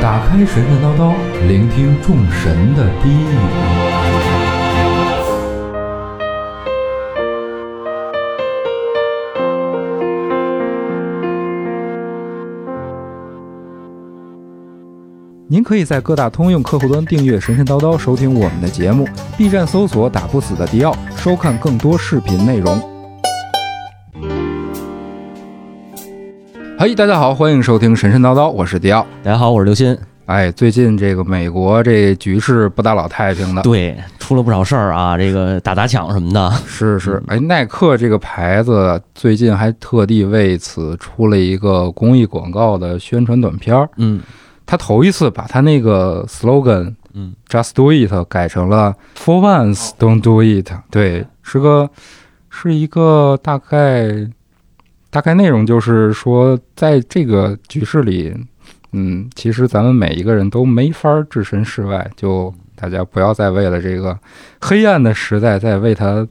打开神神叨叨，聆听众神的低语。您可以在各大通用客户端订阅《神神叨叨》，收听我们的节目；B 站搜索“打不死的迪奥”，收看更多视频内容。嘿，大家好，欢迎收听《神神叨叨》，我是迪奥。大家好，我是刘鑫。哎，最近这个美国这局势不大老太平的，对，出了不少事儿啊，这个打砸抢什么的。是是。哎，耐克这个牌子最近还特地为此出了一个公益广告的宣传短片儿，嗯，他头一次把他那个 slogan，嗯，Just Do It 改成了 For once Don't Do It。对，是个是一个大概大概内容就是说，在这个局势里，嗯，其实咱们每一个人都没法儿置身事外，就大家不要再为了这个黑暗的时代再为它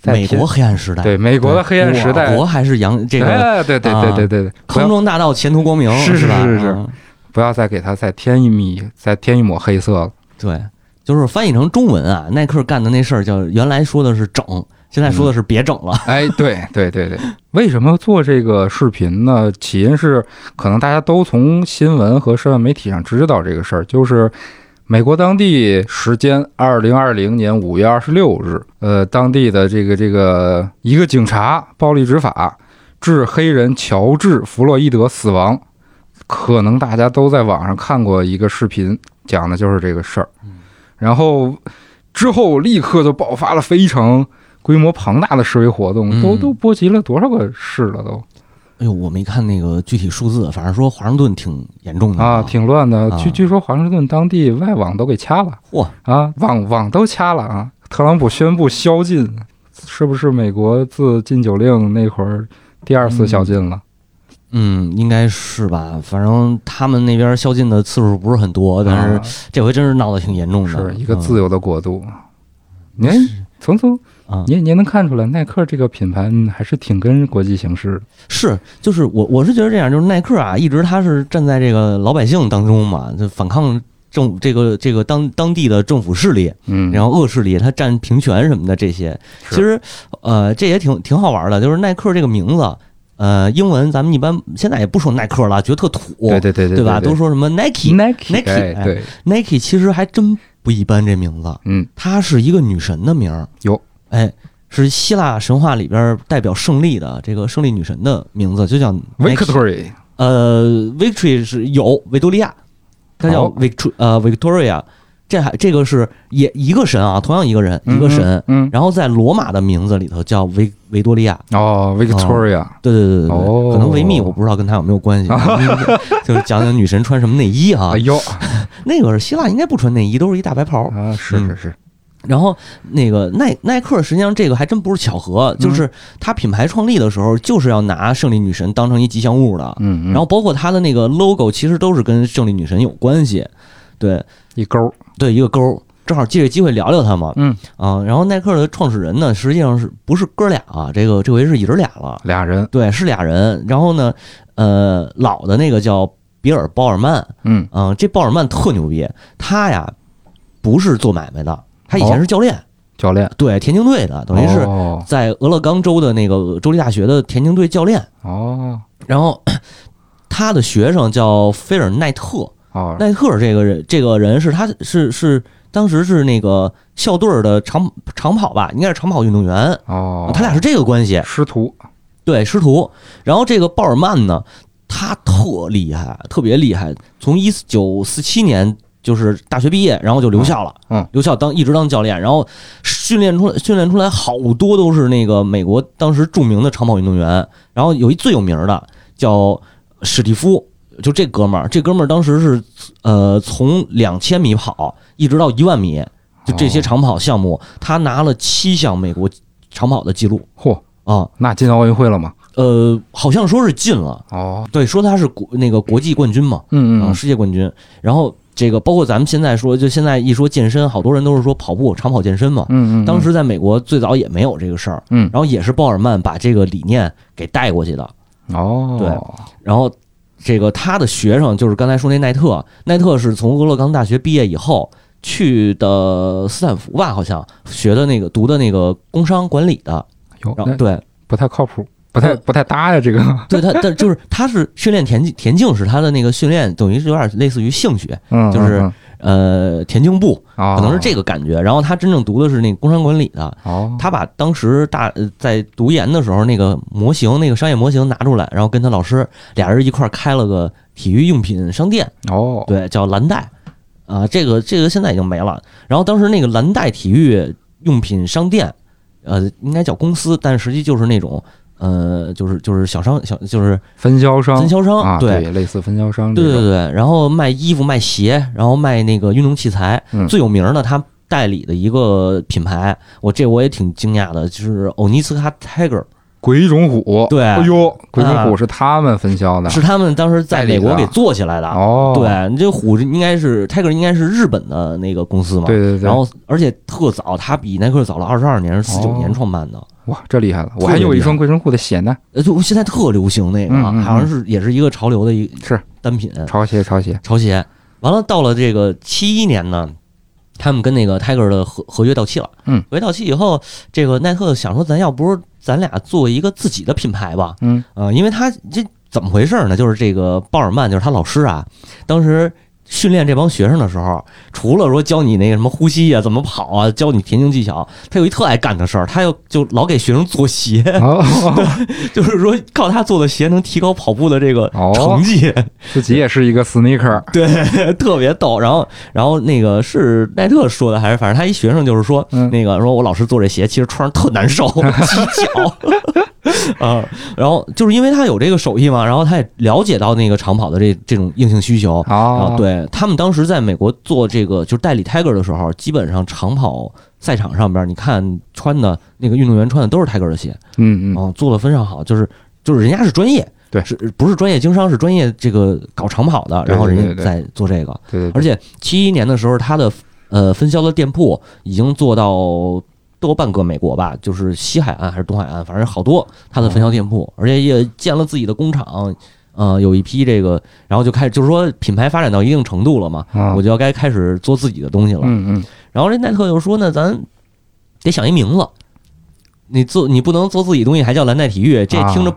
再美添国黑暗时代，对美国的黑暗时代我。国还啊是阳这个哎，对对对对对对，不康要庄大道前途光明，是是吧？是是嗯不要再给它再添一米，再添一抹黑色了。对，就是翻译成中文啊，耐克干的那事儿叫原来说的是整，现在说的是别整了。哎，对对对对，为什么做这个视频呢？起因是可能大家都从新闻和社交媒体上知道这个事儿，就是美国当地时间二零二零年五月二十六日，呃，当地的这个这个一个警察暴力执法，致黑人乔治·弗洛伊德死亡。可能大家都在网上看过一个视频，讲的就是这个事儿。然后之后立刻就爆发了非常规模庞大的示威活动，嗯都都波及了多少个市了都哎呦，我没看那个具体数字，反正说华盛顿挺严重的啊，挺乱的。嗯啊据据说华盛顿当地外网都给掐了嚯，啊，网网都掐了啊。特朗普宣布宵禁，是不是美国自禁酒令那会儿第二次宵禁了？啊嗯，应该是吧。反正他们那边宵禁的次数不是很多，但是啊这回真是闹得挺严重的，是一个嗯自由的国度。您从从啊。您您能看出来，耐克这个品牌嗯还是挺跟国际形势的。是，就是我我是觉得这样，就是耐克啊，一直他是站在这个老百姓当中嘛，就反抗政这个这个当当地的政府势力，嗯，然后恶势力，他占平权什么的这些，是其实呃这也挺挺好玩的，就是耐克这个名字。呃，英文咱们一般现在也不说耐克了，觉得特土，对对对对吧？对都说什么 Nike，Nike Nike Nike，哎哎对，其实还真不一般，这名字，嗯，它是一个女神的名儿，有，哎，是希腊神话里边代表胜利的这个胜利女神的名字，就叫 Nike Victory 呃，Victory 是有维多利亚，它叫哦 Victor 呃 Victoria，这还这个是也一个神啊，同样一个人一个神，嗯，然后在罗马的名字里头叫维维多利亚，嗯哦，Victoria，对对对对对，哦可能维密我不知道跟他有没 有关系，就是讲讲女神穿什么内衣啊哎，呦，那个是希腊应该不穿内衣，都是一大白袍。啊，是是是，嗯然后那个耐耐克实际上这个还真不是巧嗯合，就是它品牌创立的时候就是要拿胜利女神当成一吉祥物的，嗯，嗯然后包括它的那个 logo，其实都是跟胜利女神有关系。对一勾儿，对，一个勾儿，正好借这机会聊聊它嘛。嗯啊，然后耐克的创始人呢，实际上是不是哥俩啊？这个这回是爷儿俩了，俩人，对，是俩人。然后呢，呃，老的那个叫比尔鲍尔曼，嗯，嗯、这鲍尔曼特牛逼，他呀不是做买卖的，他以哦前是教练，教练，对，田径队的，等于是哦在俄勒冈州的那个州立大学的田径队教练。哦然后 他的学生叫菲尔奈特，哦，奈特尔这个人，这个人是他是是当时是那个校队儿的长长跑吧，应该是长跑运动员，哦，他俩是这个关系，师徒，对师徒。然后这个鲍尔曼呢，他特厉害，特别厉害，从一九四七年就是大学毕业，然后就留校了，嗯嗯留校当一直当教练，然后训练出来训练出来好多都是那个美国当时著名的长跑运动员，然后有一最有名的叫史蒂夫，就这哥们儿，这哥们儿当时是呃从两千米跑一直到一万米，就这些哦长跑项目，他拿了七项美国长跑的记录嚯，啊，那进奥运会了吗？呃，好像说是进了，哦，对，说他是国那个国际冠军嘛，嗯啊，嗯，世界冠军。然后这个包括咱们现在说，就现在一说健身，好多人都是说跑步、长跑健身嘛。嗯嗯，当时在美国最早也没有这个事儿，嗯然后也是鲍尔曼把这个理念给带过去的。哦，对然后这个他的学生就是刚才说那奈特，奈特是从俄勒冈大学毕业以后去的斯坦福吧，好像学的那个读的那个工商管理的，哟，然后哦那对，不太靠谱，不太不太搭呀，这个，对他，但就是他是训练田径，田径是他的那个训练，等于是有点类似于兴趣，嗯，就是嗯呃，田径部嗯可能是哦这个感觉。然后他真正读的是那个工商管理的，哦，他把当时大呃在读研的时候那个模型，那个商业模型拿出来，然后跟他老师俩人一块儿开了个体育用品商店，哦，对，叫蓝带啊，这个这个现在已经没了。然后当时那个蓝带体育用品商店，呃，应该叫公司，但实际就是那种呃，就是就是小商小就是分销商，分销商，啊，对对，类似分销商这对种，对对，然后卖衣服、卖鞋，然后卖那个运动器材。嗯最有名的他代理的一个品牌，我这我也挺惊讶的，就是欧尼斯卡 Tiger，鬼冢虎，对哎呦，鬼冢啊虎是他们分销的，是他们当时在代理美国的给做起来的。哦，对，你这虎应该是 Tiger，应该是日本的那个公司嘛。对对对，然后，而且特早，他比耐克早了二十二年，是四九哦年创办的。哇，这厉害了，别我还有一双鬼冢虎的鞋呢，呃，就现在特流行那个，嗯嗯嗯好像是也是一个潮流的一是单品。潮鞋潮鞋，潮鞋。完了，到了这个七一年呢，他们跟那个 Tiger 的合合约到期了。嗯，合约到期以后，这个耐克想说，咱要不是咱俩做一个自己的品牌吧？ 嗯，啊、因为他这怎么回事呢？就是这个鲍尔曼，就是他老师啊，当时。训练这帮学生的时候，除了说教你那个什么呼吸啊、怎么跑啊、教你田径技巧，他有一特爱干的事儿，他又就老给学生做鞋， 哦，就是说靠他做的鞋能提高跑步的这个哦成绩。自己也是一个 sneaker，对， 特别逗。然后，然后那个是奈特说的，还是反正他一学生就是说，嗯那个说我老师做这鞋，其实穿上特 难受，挤脚啊、然后就是因为他有这个手艺嘛，然后他也了解到那个长跑的这这种硬性需求。啊哦，，对他们当时在美国做这个就是代理 Tiger 的时候，基本上长跑赛场上边，你看穿的那个运动员穿的都是 Tiger 的鞋，嗯嗯，嗯，做的非常好，就是就是人家是专业，对是不是专业经商，是专业这个搞长跑的，对然后对人对家在做这个，对对对，而且七一年的时候，他的呃分销的店铺已经做到。多半个美国吧，就是西海岸还是东海岸，反正好多他的分销店铺，而且也建了自己的工厂，呃，有一批这个，然后就开始就是说品牌发展到一定程度了嘛，啊我就要该开始做自己的东西了。嗯嗯，然后这奈特就说呢，咱得想一名字，你做你不能做自己东西还叫蓝带体育，这啊听着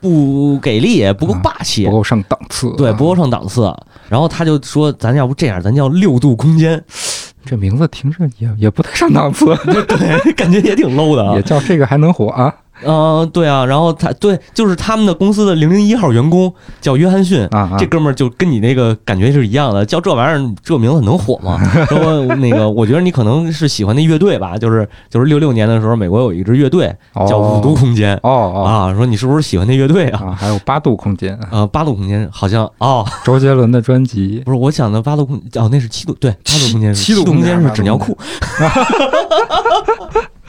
不给力，不够霸气，不够上档次，啊对，不够上档次。然后他就说，咱要不这样，咱叫六度 空间，这名字听着也也不太上档 次，啊对，感觉也挺 low 的啊也。叫这个还能火啊嗯、对啊。然后他对，就是他们的公司的零零一号员工叫约翰逊。啊啊这！哥们儿就跟你那个感觉是一样的，叫这玩意儿这名字能火 吗？说那个，我觉得你可能是喜欢那乐队吧，就是就是六六年的时候，美国有一支乐队叫哦五度空间哦哦啊，说你是不是喜欢那乐队啊？啊，还有八度空间， 呃，八度空间好像哦，周杰伦的专辑不是我想的八度空哦，那是七 度对，八度空间七度度空空间八间是度纸尿裤。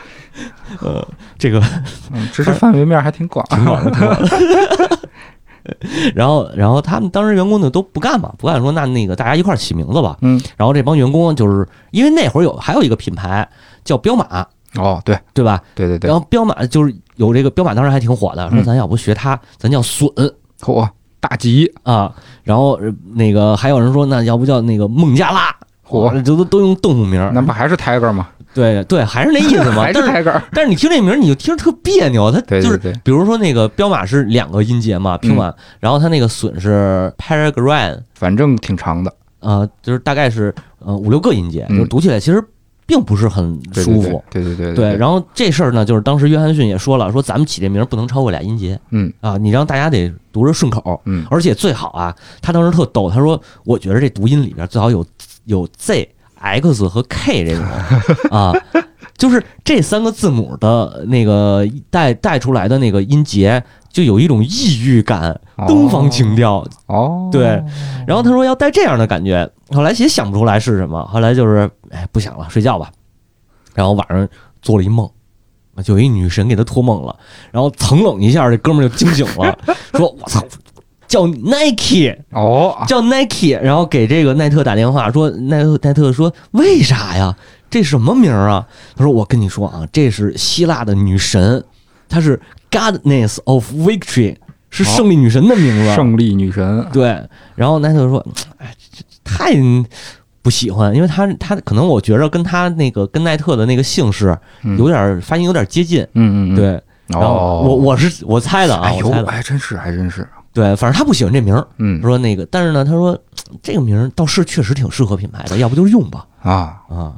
呃，这个，嗯，知识范围面还挺广，然后，然后他们当时员工呢都不干嘛，不干说那那个大家一块儿起名字吧。嗯，然后这帮员工就是因为那会儿有还有一个品牌叫彪马， 哦，对对吧？对对对然，后彪马就是有这个彪马，当时还挺火的，说嗯咱要不学它，咱叫笋嚯，大吉，啊。然后呃那个还有人说，那要不叫那个孟加拉。嚯这都都用动物名儿，那不还是 Tiger 吗？对对，还是那意思嘛。 还是但是 Tiger？但是你听这名儿，你就听着特别扭，它对嗯就对是对，比如说那个彪马是两个音节嘛，拼完，然后它那个笋是 Peregrine，反正挺长的，呃，就是大概是呃五六个音节，嗯就是读起来其实并不是很对舒服。，对对对对，然后这事儿呢，就是当时约翰逊也说了，说咱们起这名儿不能超过俩音节嗯啊，你让大家得读着顺口，嗯，而且最好啊，他当时特逗，他说我觉得这读音里边最好有有 Z、X 和 K 这种啊，就是这三个字母的那个带带出来的那个音节，就有一种异域感，东方情调。哦，对，然后他说要带这样的感觉，后来也想不出来是什么，后来就是哎不想了，睡觉吧。然后晚上做了一梦，就有一女神给他托梦了，然后噌冷一下，这哥们儿就惊醒了，说我操，叫 Nike。哦，叫 Nike，然后给这个奈特打电话说，奈特奈特说为啥呀？这什么名儿啊？他说我跟你说啊，这是希腊的女神，她是 Goddess of Victory，是胜利女神的名字。胜利女神，对，然后奈特说，哎，这这太不喜欢，因为他他可能我觉着跟他那个跟奈特的那个姓氏嗯有点儿发音有点儿接近，嗯嗯，嗯，对。然后哦，我我是我猜的啊，哎我呦猜，的，还真是还真是，对，反正他不喜欢这名儿。嗯他说那个，但是呢，他说这个名儿倒是确实挺适合品牌的，要不就用吧。啊，啊，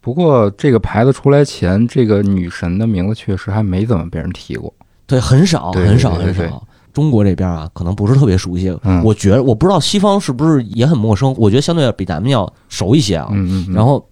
不过这个牌子出来前，这个女神的名字确实还没怎么被人提过。对，很少，对很少，对对很对少。中国这边啊，可能不是特别熟悉。嗯我觉得我不知道西方是不是也很陌生，我觉得相对比咱们要熟一些啊。嗯嗯，然后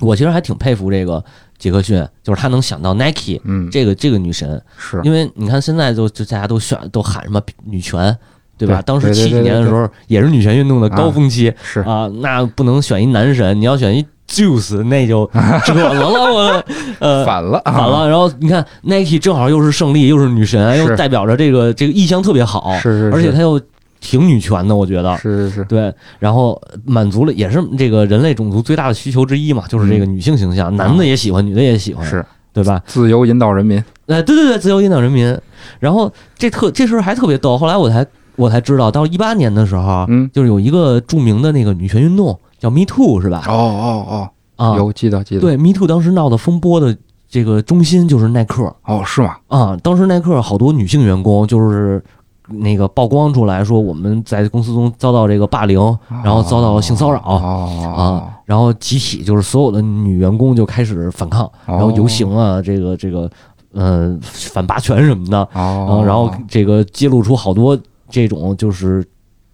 我其实还挺佩服这个杰克逊，就是他能想到 Nike 嗯，这个这个女神，是因为你看现在就就大家都选都喊什么女权。对吧？对当时对对七几对对年的对时候，也是女权运动的高啊峰期，是啊，那不能选一男神，你要选一 Juice，那 就折了了，我呃反了，反了。然后你看 Nike 正好又是胜利，又是女神，是又代表着这个这个意向特别好，是是，而且是她又挺女权的，我觉得。是是是，对，然后满足了也是这个人类种族最大的需求之一嘛，就是这个女性形象，男的也喜欢，女的也喜欢，嗯啊是对吧？自由引导人民。哎，对对对，自由引导人民。然后这特这事儿还特别逗，后来我才我才知道，到一八年的时候，嗯就是有一个著名的那个女权运动叫 Me Too 是吧？哦哦啊哦，，有记得记得。，对 Me Too 当时闹的风波的这个中心就是耐克哦是吗？啊，当时耐克好多女性员工就是。那个曝光出来说我们在公司中遭到这个霸凌，然后遭到性骚扰、哦啊，然后集体就是所有的女员工就开始反抗，哦然后游行啊，这个这个呃反霸权什么的，哦嗯，，然后这个揭露出好多这种就是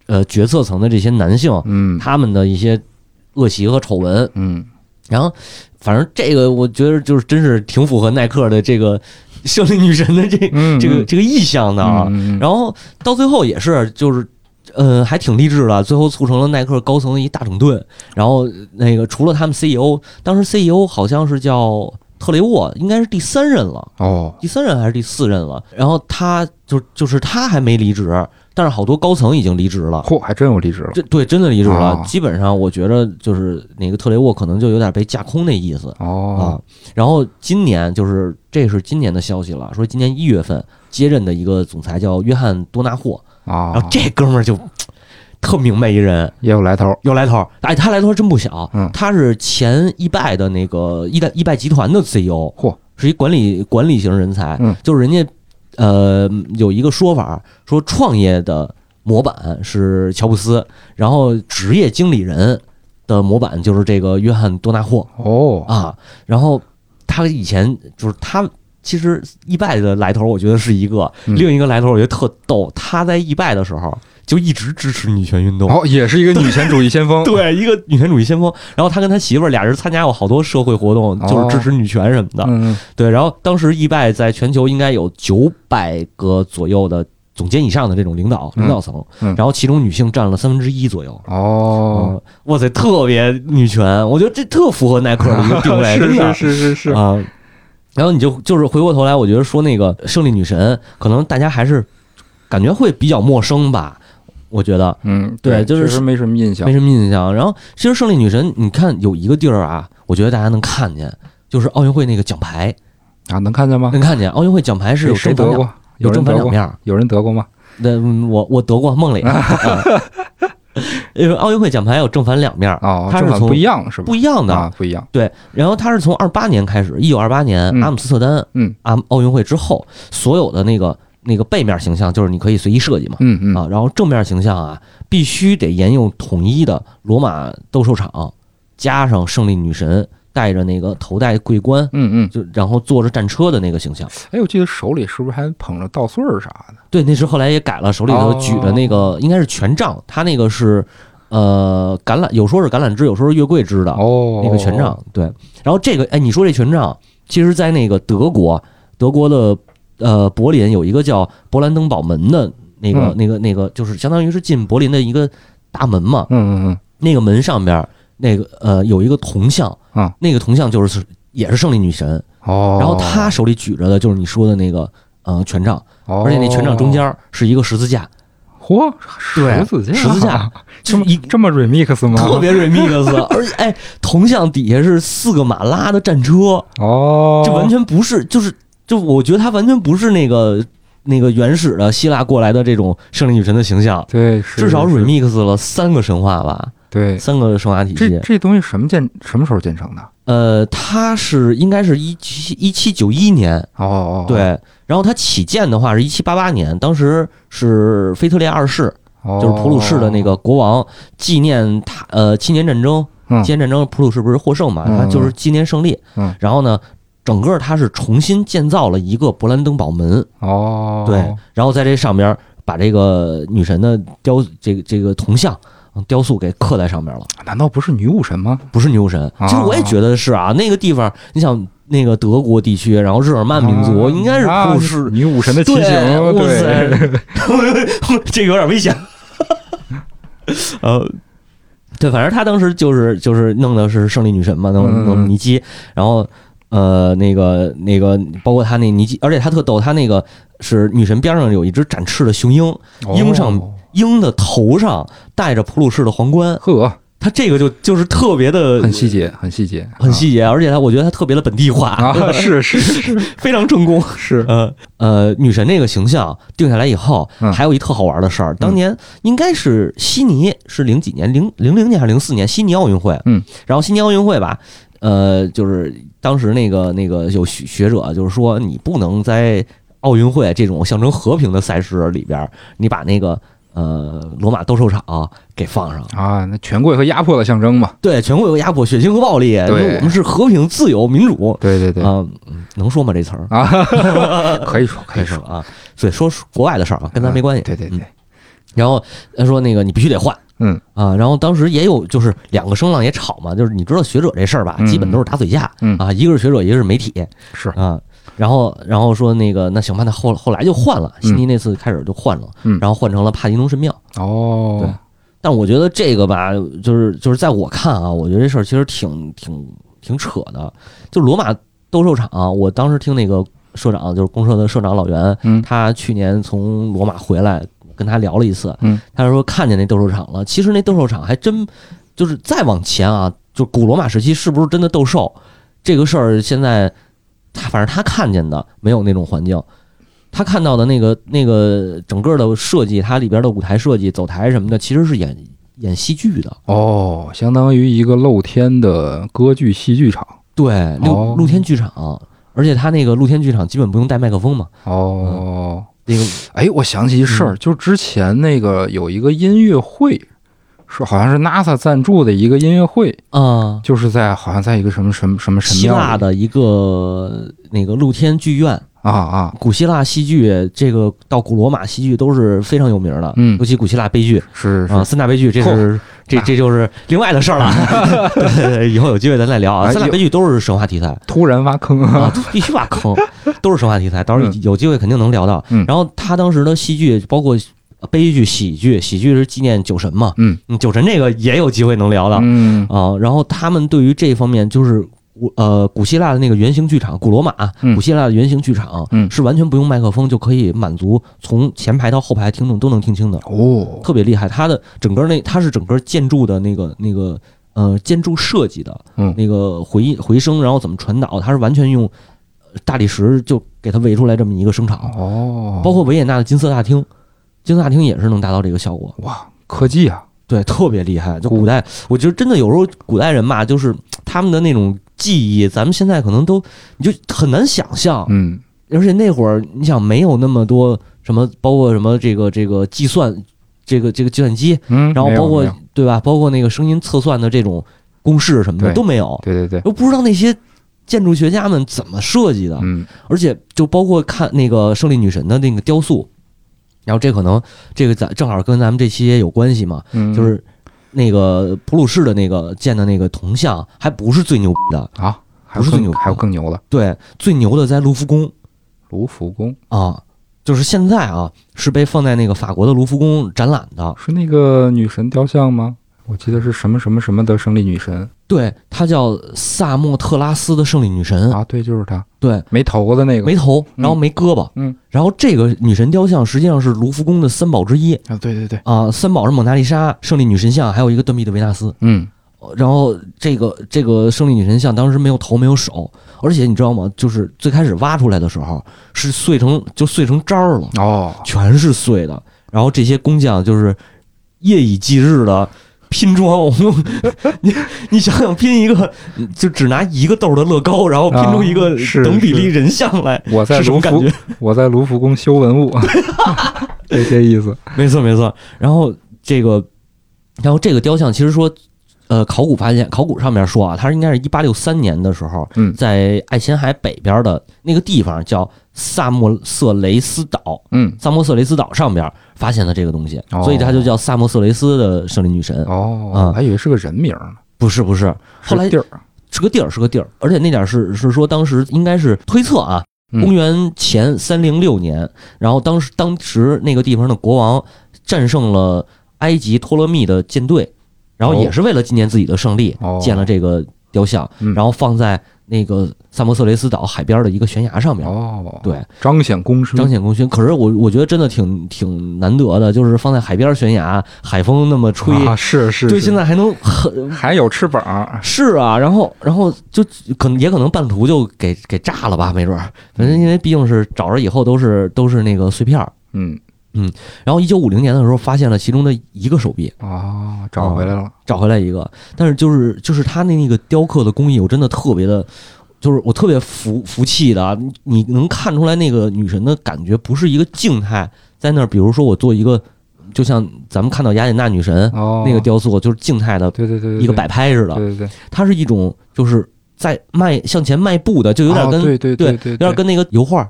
呃决策层的这些男性嗯他们的一些恶习和丑闻，嗯然后反正这个我觉得就是真是挺符合耐克的这个胜利女神的这嗯，这个这个意向的啊。然后然后到最后也是就是。呃，还挺励志的，最后促成了耐克高层的一大整顿。然后那个除了他们 CEO，当时 CEO 好像是叫特雷沃，应该是第三任了。哦第三任还是第四任了。然后他就就是他还没离职，但是好多高层已经离职了。嚯，还真有离职了。这对真的离职了，哦基本上我觉着就是那个特雷沃可能就有点被架空那意思啊哦。然后今年就是这是今年的消息了，说今年一月份接任的一个总裁叫约翰多纳霍，啊，然后这哥们儿就特明白一人，也有来头。有来头儿。哎，他来头儿真不小，嗯他是前一拜的那个一代一拜集团的 CEO，嚯，是一管理管理型人才，嗯就是人家呃有一个说法，说创业的模板是乔布斯，然后职业经理人的模板就是这个约翰多纳霍哦啊，然后他以前就是他。其实易拜的来头，我觉得是一个；嗯另一个来头，我觉得特逗。他在易拜的时候就一直支持女权运动，哦，也是一个女权主义先锋。 对，一个女权主义先锋。然后他跟他媳妇儿俩人参加过好多社会活动，就是支持女权什么的。嗯，嗯对，然后当时易拜在全球应该有九百个左右的总监以上的这种领导嗯领导层，嗯然后其中女性占了三分之一左右。哦，嗯，哇塞，特别女权，我觉得这特符合耐克的一个定位，真 的是是是是啊。然后你就就是回过头来，我觉得说那个胜利女神，可能大家还是感觉会比较陌生吧，我觉得。嗯，对就是确实没什么印象没。什么印象。然后其实胜利女神，你看有一个地儿啊，我觉得大家能看见，就是奥运会那个奖牌，啊，能看见吗？能看见奥运会奖牌是有谁正得反两，过？有人正反得两过？面儿。有人得过吗？那嗯我我得 过梦里， 啊因为奥运会奖牌有正反两面儿，哦，它正是反从不一样是吧？不一样的。啊，不一样。对，然后它是从二八年开始，一九二八年嗯阿姆斯特丹嗯阿奥运会之后，所有的那个那个背面形象就是你可以随意设计嘛。嗯嗯啊，然后正面形象啊，必须得沿用统一的罗马斗兽场，加上胜利女神带着那个头戴桂冠，嗯嗯。就然后坐着战车的那个形象。哎，我记得手里是不是还捧着稻穗儿啥的？哦对，那是后来也改了，手里头举着那个、应该是权杖，他那个是呃橄榄，有说是橄榄枝，有说是月桂枝的哦，啊那个权杖。对，然后这个哎，你说这权杖，其实，在那个德国，德国的呃柏林有一个叫勃兰登堡门的那个、嗯那个那个，就是相当于是进柏林的一个大门嘛。嗯，嗯嗯那个门上边儿那个呃有一个铜像，嗯那个铜像就是也是胜利女神，哦，然后她手里举着的就是你说的那个呃权杖，哦，而且那权杖中间儿是一个十字架，嚯，对十字架，十字架，这么一这么 remix 吗？特别 remix，而且哎，铜像底下是四个马拉的战车，哦，这完全不是，就是就我觉得它完全不是那个那个原始的希腊过来的这种胜利女神的形象，对，是至少是 remix 了三个神话吧，对。三个神话体这系。这东西什么建什么时候建成的？呃，它是应该是一七一七九一年，哦哦，哦，对，然后它起建的话是一七八八年，当时是腓特烈二世，哦就是普鲁士的那个国王，纪念他呃七年战争，嗯七年战争普鲁士不是获胜嘛，嗯他就是纪念胜利嗯，然后呢。整个它是重新建造了一个勃兰登堡门，哦，对，然后在这上边把这个女神的雕这个这个铜像嗯雕塑给刻在上面了，难道不是女武神吗？不是牛神。其实我也觉得是啊，那个地方，你想那个德国地区，然后日耳曼民族啊应该是普啊鲁士女武神的骑对，行，哇对，塞， 这有点危 险。呃，对，反正他当时就是就是弄的是胜利女神嘛，弄嗯弄尼基，然后呃那个那个包括他那尼基，而且他特逗，他那个是女神边上有一只展翅的雄鹰，鹰上哦鹰的头上戴着普鲁士的皇冠，呵，他这个就就是特别的很细节，很细节，很细节，而且他我觉得他特别的本地化，啊，啊是是是 非常成功。是，呃呃，女神这个形象定下来以后，嗯还有一特好玩的事儿。当年应该是悉尼是零几年，零零零年还是零四年悉尼奥运会，嗯，然后悉尼奥运会吧，呃，就是当时那个那个有学学者就是说，你不能在奥运会这种象征和平的赛事里边儿，你把那个呃罗马斗兽场给放上。啊，那权贵和压迫的象征嘛，对，全国有压迫、血腥和暴力，因为我们是和平、自由、民主。对对对，啊、嗯能说吗这词儿？啊，可以说可可以以说说，啊，所以说国外的事儿啊，跟咱没关系。嗯对对对，然后他说那个你必须得换嗯啊，然后当时也有就是两个声浪也吵嘛，就是你知道学者这事儿吧，嗯基本都是打嘴架嗯啊，一个是学者，一个是媒体是，啊。然后，然后说那个，那行吧，那后后来就换了，悉尼那次开始就换了，嗯然后换成了帕金农神庙。哦，但我觉得这个吧，就是就是在我看啊，我觉得这事儿其实挺挺挺扯的。就罗马斗兽场、啊我当时听那个社长，就是公社的社长老袁，嗯他去年从罗马回来，跟他聊了一次，嗯他说看见那斗兽场了。其实那斗兽场还真就是再往前啊，就古罗马时期是不是真的斗兽这个事儿，现在他反正他看见的没有那种环境。他看到的那个那个整个的设计，它里边的舞台设计、走台什么的，其实是演演戏剧的。哦，相当于一个露天的歌剧戏剧场，对，哦露露天剧场，而且他那个露天剧场基本不用带麦克风嘛。哦。那个哎，我想起一事嗯儿，就是之前那个有一个音乐会，是好像是 NASA 赞助的一个音乐会，啊，就是在好像在一个什么什么什么神希庙腊里的一个那个露天剧院，啊啊，古希腊戏剧这个到古罗马戏剧都是非常有名的，嗯尤其古希腊悲剧是是啊啊，三大悲剧，这是这这就是另外的事儿 了。对，对以后有机会咱再聊啊，哎三大有悲剧都是神话题材。突然挖坑啊，都必须挖 坑，都是神话题材，到时候有机会肯定能聊到。嗯然后他当时的戏剧包括悲剧、喜剧，喜剧是纪念酒神嘛，嗯酒神这个也有机会能聊到 啊、嗯然后他们对于这方面就是。古呃，古希腊的那个原型剧场，古罗马、嗯古希腊的原型剧场、嗯是完全不用麦克风就可以满足从前排到后排听众都能听清的，哦特别厉害。它的整个那它是整个建筑的那个那个呃建筑设计的，嗯那个回回声，然后怎么传导，它是完全用呃大理石就给它围出来这么一个声场，哦，包括维也纳的金色大厅，金色大厅也是能达到这个效果，哇科技啊，对，特别厉害。就古代，我觉得真的有时候古代人吧，就是他们的那种记忆，咱们现在可能都你就很难想象，嗯而且那会儿你想没有那么多什么，包括什么这个这个计算，这个这个计算机，嗯，然后没有包没有括对吧，包括那个声音测算的这种公式什么的对都没有，对对对，又不知道那些建筑学家们怎么设计的，嗯而且就包括看那个胜利女神的那个雕塑，然后这可能这个咱正好跟咱们这期也有关系嘛，嗯，就是那个普鲁士的那个建的那个铜像，还不是最牛逼的，啊，还不是有最更牛逼的还有更牛的对，最牛的在卢浮宫卢浮宫，啊，就是现在啊是被放在那个法国的卢浮宫展览的，是那个女神雕像吗？我记得是什么什么什么的胜利女神对，它叫萨莫特拉斯的胜利女神，啊，对，就是她，对，没头的那个嗯没头，然后没胳膊，嗯嗯然后这个女神雕像实际上是卢浮宫的三宝之一啊，对对对，啊，三宝是蒙娜丽莎、胜利女神像，还有一个断臂的维纳斯。嗯，然后这个这个胜利女神像当时没有头没有手，而且你知道吗？就是最开始挖出来的时候是碎成就碎成渣儿了，哦，全是碎的。然后这些工匠就是夜以继日的拼装，我们 你你想想拼一个就只拿一个豆儿的乐高，然后拼出一个啊是等比例是人像来，我在是什卢么感浮觉？我在卢浮宫修文 物，这些意思。没错没错。然后这个，然后这个雕像其实说，呃，考古发现，考古上面说啊，它是应该是一八六三年的时候，嗯在爱琴海北边的那个地方叫萨默瑟雷斯岛，嗯，萨默瑟雷斯岛上边发现的这个东西，哦所以它就叫萨默瑟雷斯的胜利女神。哦，啊我还以为是个人名呢，不是不是，后来是地儿是个地儿是个地儿，而且那点儿是是说当时应该是推测啊。嗯公元前三零六年，然后当时当时那个地方的国王战胜了埃及托勒密的舰队，然后哦也是为了纪念自己的胜利，哦建了这个雕像，嗯然后放在那个萨默瑟雷斯岛海边的一个悬崖上面。哦，，嗯对，彰显公师，彰显功勋。可是我我觉得真的挺挺难得的，就是放在海边悬崖，海风那么吹，啊，是是，对，是现在还能很还有翅膀，是啊，然后然后就可能也可能半途就给给炸了吧，没准儿，反正因为毕竟是找着以后都是都是那个碎片儿。嗯，然后一九五零年的时候发现了其中的一个手臂，哦，找回来了，找回来一个，但是就是就是他那那个雕刻的工艺，我真的特别的。就是我特别服服气的啊，你你能看出来那个女神的感觉不是一个静态，在那儿，比如说我做一个，就像咱们看到雅典娜女神、哦，嗯那个，雕塑，就是静态的对对对，对一个摆，拍似的，对对对，它是一种就是在迈向前迈步的，就有点哦跟、对对对对，有点跟那个油画，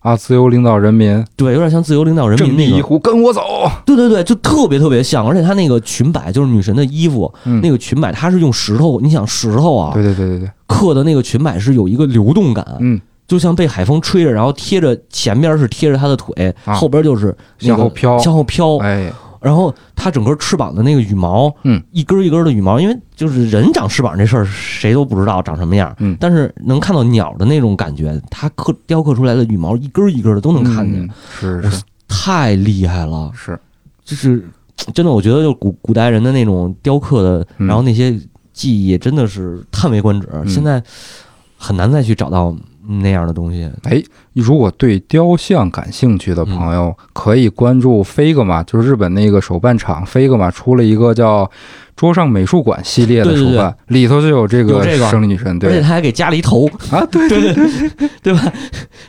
啊，自由领导人民，对，有点像自由领导人正民那义一个，呼，跟我走，对对对，就特别特别像，而且它那个裙摆就是女神的衣服，嗯那个裙摆它是用石头，你想石头啊对对对对对，刻的那个裙摆是有一个流动感，嗯，就像被海风吹着，然后贴着前边是贴着她的腿，啊后边就是、那个向后飘向后飘，哎，然后它整个翅膀的那个羽毛，嗯，一根儿一根儿的羽毛，因为就是人长翅膀这事儿谁都不知道长什么样，嗯但是能看到鸟的那种感觉，它刻雕刻出来的羽毛一根儿一根儿的都能看见，嗯，是是太厉害了，是，就是真的，我觉得就古古代人的那种雕刻的，嗯然后那些技艺真的是叹为观止，现在很难再去找到那样的东西，哎，如果对雕像感兴趣的朋友，嗯可以关注飞格玛，就是日本那个手办厂飞格玛出了一个叫“桌上美术馆”系列的对对手对办，里头就有这有个这个胜利女神，而且对他还给加了一头，啊，对对对对 对吧？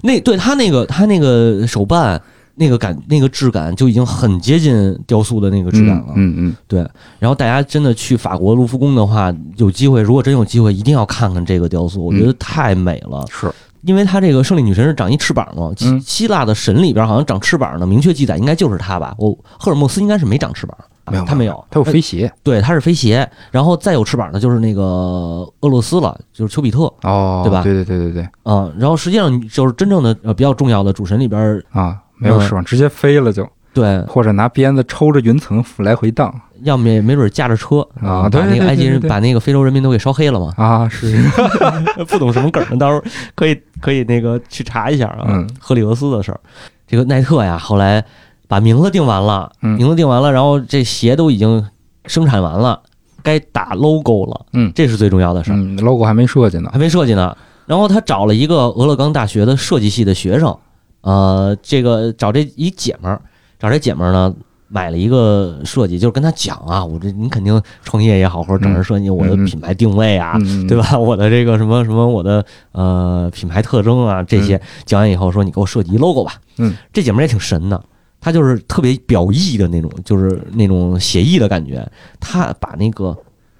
那对他那个他那个手办那个感那个质感就已经很接近雕塑的那个质感了。嗯嗯然后大家真的去法国卢浮宫的话，有机会如果真有机会，一定要看看这个雕塑，我觉得嗯太美了。是因为它这个胜利女神是长一翅膀嘛，希嗯希腊的神里边好像长翅膀的，明确记载应该就是她吧。我赫尔墨斯应该是没长翅膀，啊没有她没有，它有飞鞋对，她是飞鞋。然后再有翅膀的就是那个俄罗斯了，就是丘比特。哦，对吧对对对对对啊、然后实际上就是真正的呃比较重要的主神里边儿，啊，没有嗯翅膀，直接飞了就，对，或者拿鞭子抽着云层来回荡要么也没准驾着车啊把对那个对埃及对人对把那个非洲人民都给烧黑 了嘛，啊，是不懂什么梗儿的，到时候可以可以那个去查一下啊，嗯赫里俄斯的事儿。这个奈特呀，后来把名字定完了，嗯名字定完了，然后这鞋都已经生产完了，该打 logo 了，嗯这是最重要的事儿，嗯，logo 还没设计呢还没设计呢。然后他找了一个俄勒冈大学的设计系的学生，呃，这个找这一姐们儿，找这姐们儿呢，买了一个设计，就是跟他讲啊，我这你肯定创业也好，或者找人设计，我的嗯嗯品牌定位啊，嗯，对吧？吧？ 我的这个什么什么，我的呃品牌特征啊，这些讲完以后说你给我设计一 logo 吧。嗯，这姐们儿也挺神的，她就是特别表意的那种，就是那种写意的感觉。她把那个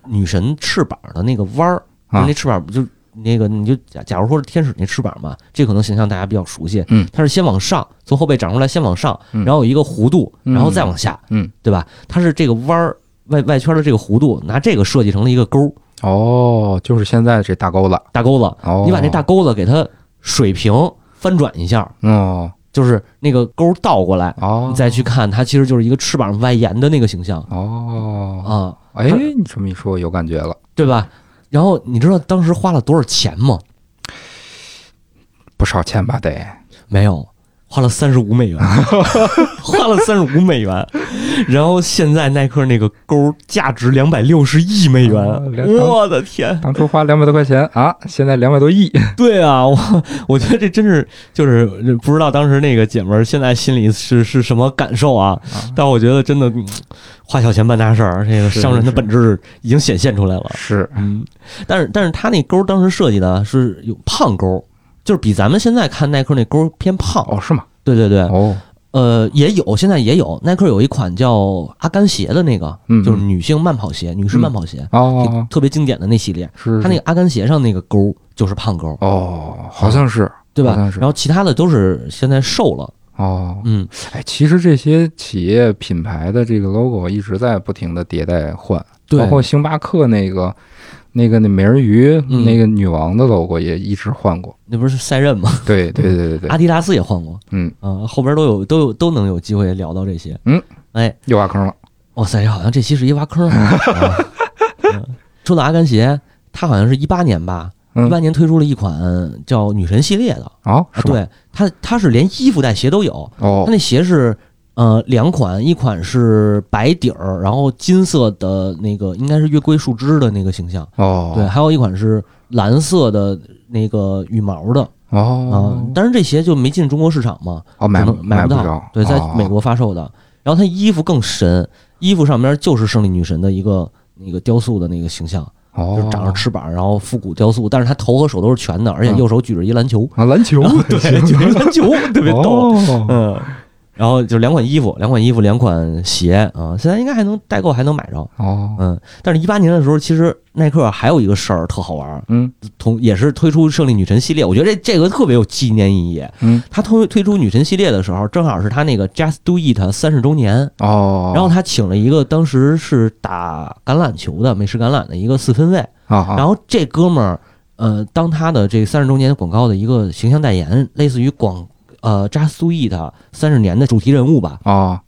女神翅膀的那个弯儿，啊就是那翅膀就那个你就假假如说是天使那翅膀嘛，这可能形象大家比较熟悉。嗯，它是先往上，从后背长出来，先往上，嗯然后有一个弧度，嗯然后再往下。嗯，对吧？它是这个弯儿外外圈的这个弧度，拿这个设计成了一个钩哦，就是现在这大钩子。大钩子，哦，你把这大钩子给它水平翻转一下，哦就是那个钩倒过来，哦，你再去看它，其实就是一个翅膀外延的那个形象哦，啊，哎，你这么一说，有感觉了，对吧？然后你知道当时花了多少钱吗？不少钱吧得。没有，花了三十五 美元，花了三十五美元。然后现在耐克那个钩价值两百六十亿美元，啊两我的天！当初花两百多块钱啊，现在两百多亿。对啊，我我觉得这真是就是不知道当时那个姐们儿现在心里是是什么感受啊？但我觉得真的嗯花小钱办大事儿，这个是商人的是本质已经显现出来了。 是，嗯，但是但是他那钩当时设计的是有胖钩，就是比咱们现在看耐克那钩偏胖。哦，是吗？对对对，哦，呃，也有，现在也有，耐克有一款叫阿甘鞋的那个，嗯就是女性慢跑鞋，女士慢跑鞋，哦，特别经典的那系列。是它那个个阿甘鞋上那个钩就是胖钩，哦，好像是对吧好像？是然后其他的都是现在瘦了，哦。嗯，哎，其实这些企业品牌的这个 logo 一直在不停的迭代换，对包括星巴克那个。那个那美人鱼、嗯那个女王的 logo 也一直换过，那不是赛任吗？对对对对对，阿迪达斯也换过，嗯啊、后边都有都有都能有机会聊到这些，嗯，哎，又挖坑了，哇塞，好像这期是一挖坑啊、 啊嗯说到阿甘鞋，它好像是一八年吧，嗯一八年推出了一款叫女神系列的，哦，啊，是吧？对，它它是连衣服带鞋都有，它哦，那鞋是呃两款，一款是白底儿，然后金色的那个应该是月桂树枝的那个形象，哦，对，，还有一款是蓝色的那个羽毛的啊哦，，当然这鞋就没进中国市场嘛，哦，可买能买不到着，，对，在哦美，国发售的。然后它衣服更神，衣服上面就是胜利女神的一个。那个雕塑的那个形象，哦，就是长着翅膀，然后复古雕塑，但是她头和手都是全的，而且嗯右手举着一篮球，啊，篮 球， 对，举着篮球特别逗，哦嗯。然后就两款衣服，两款衣服，两款鞋啊，现在应该还能代购，还能买着，哦，嗯。但是，一八年的时候，其实耐克还有一个事儿特好玩儿，嗯同也是推出胜利女神系列，我觉得这这个特别有纪念意义。嗯，他推推出女神系列的时候，正好是他那个 Just Do It 三十周年，哦，然后他请了一个当时是打橄榄球的美式橄榄的一个四分卫，啊啊，然后这哥们儿，呃，当他的这三十周年广告的一个形象代言，类似于广呃扎苏伊的三十年的主题人物吧。哦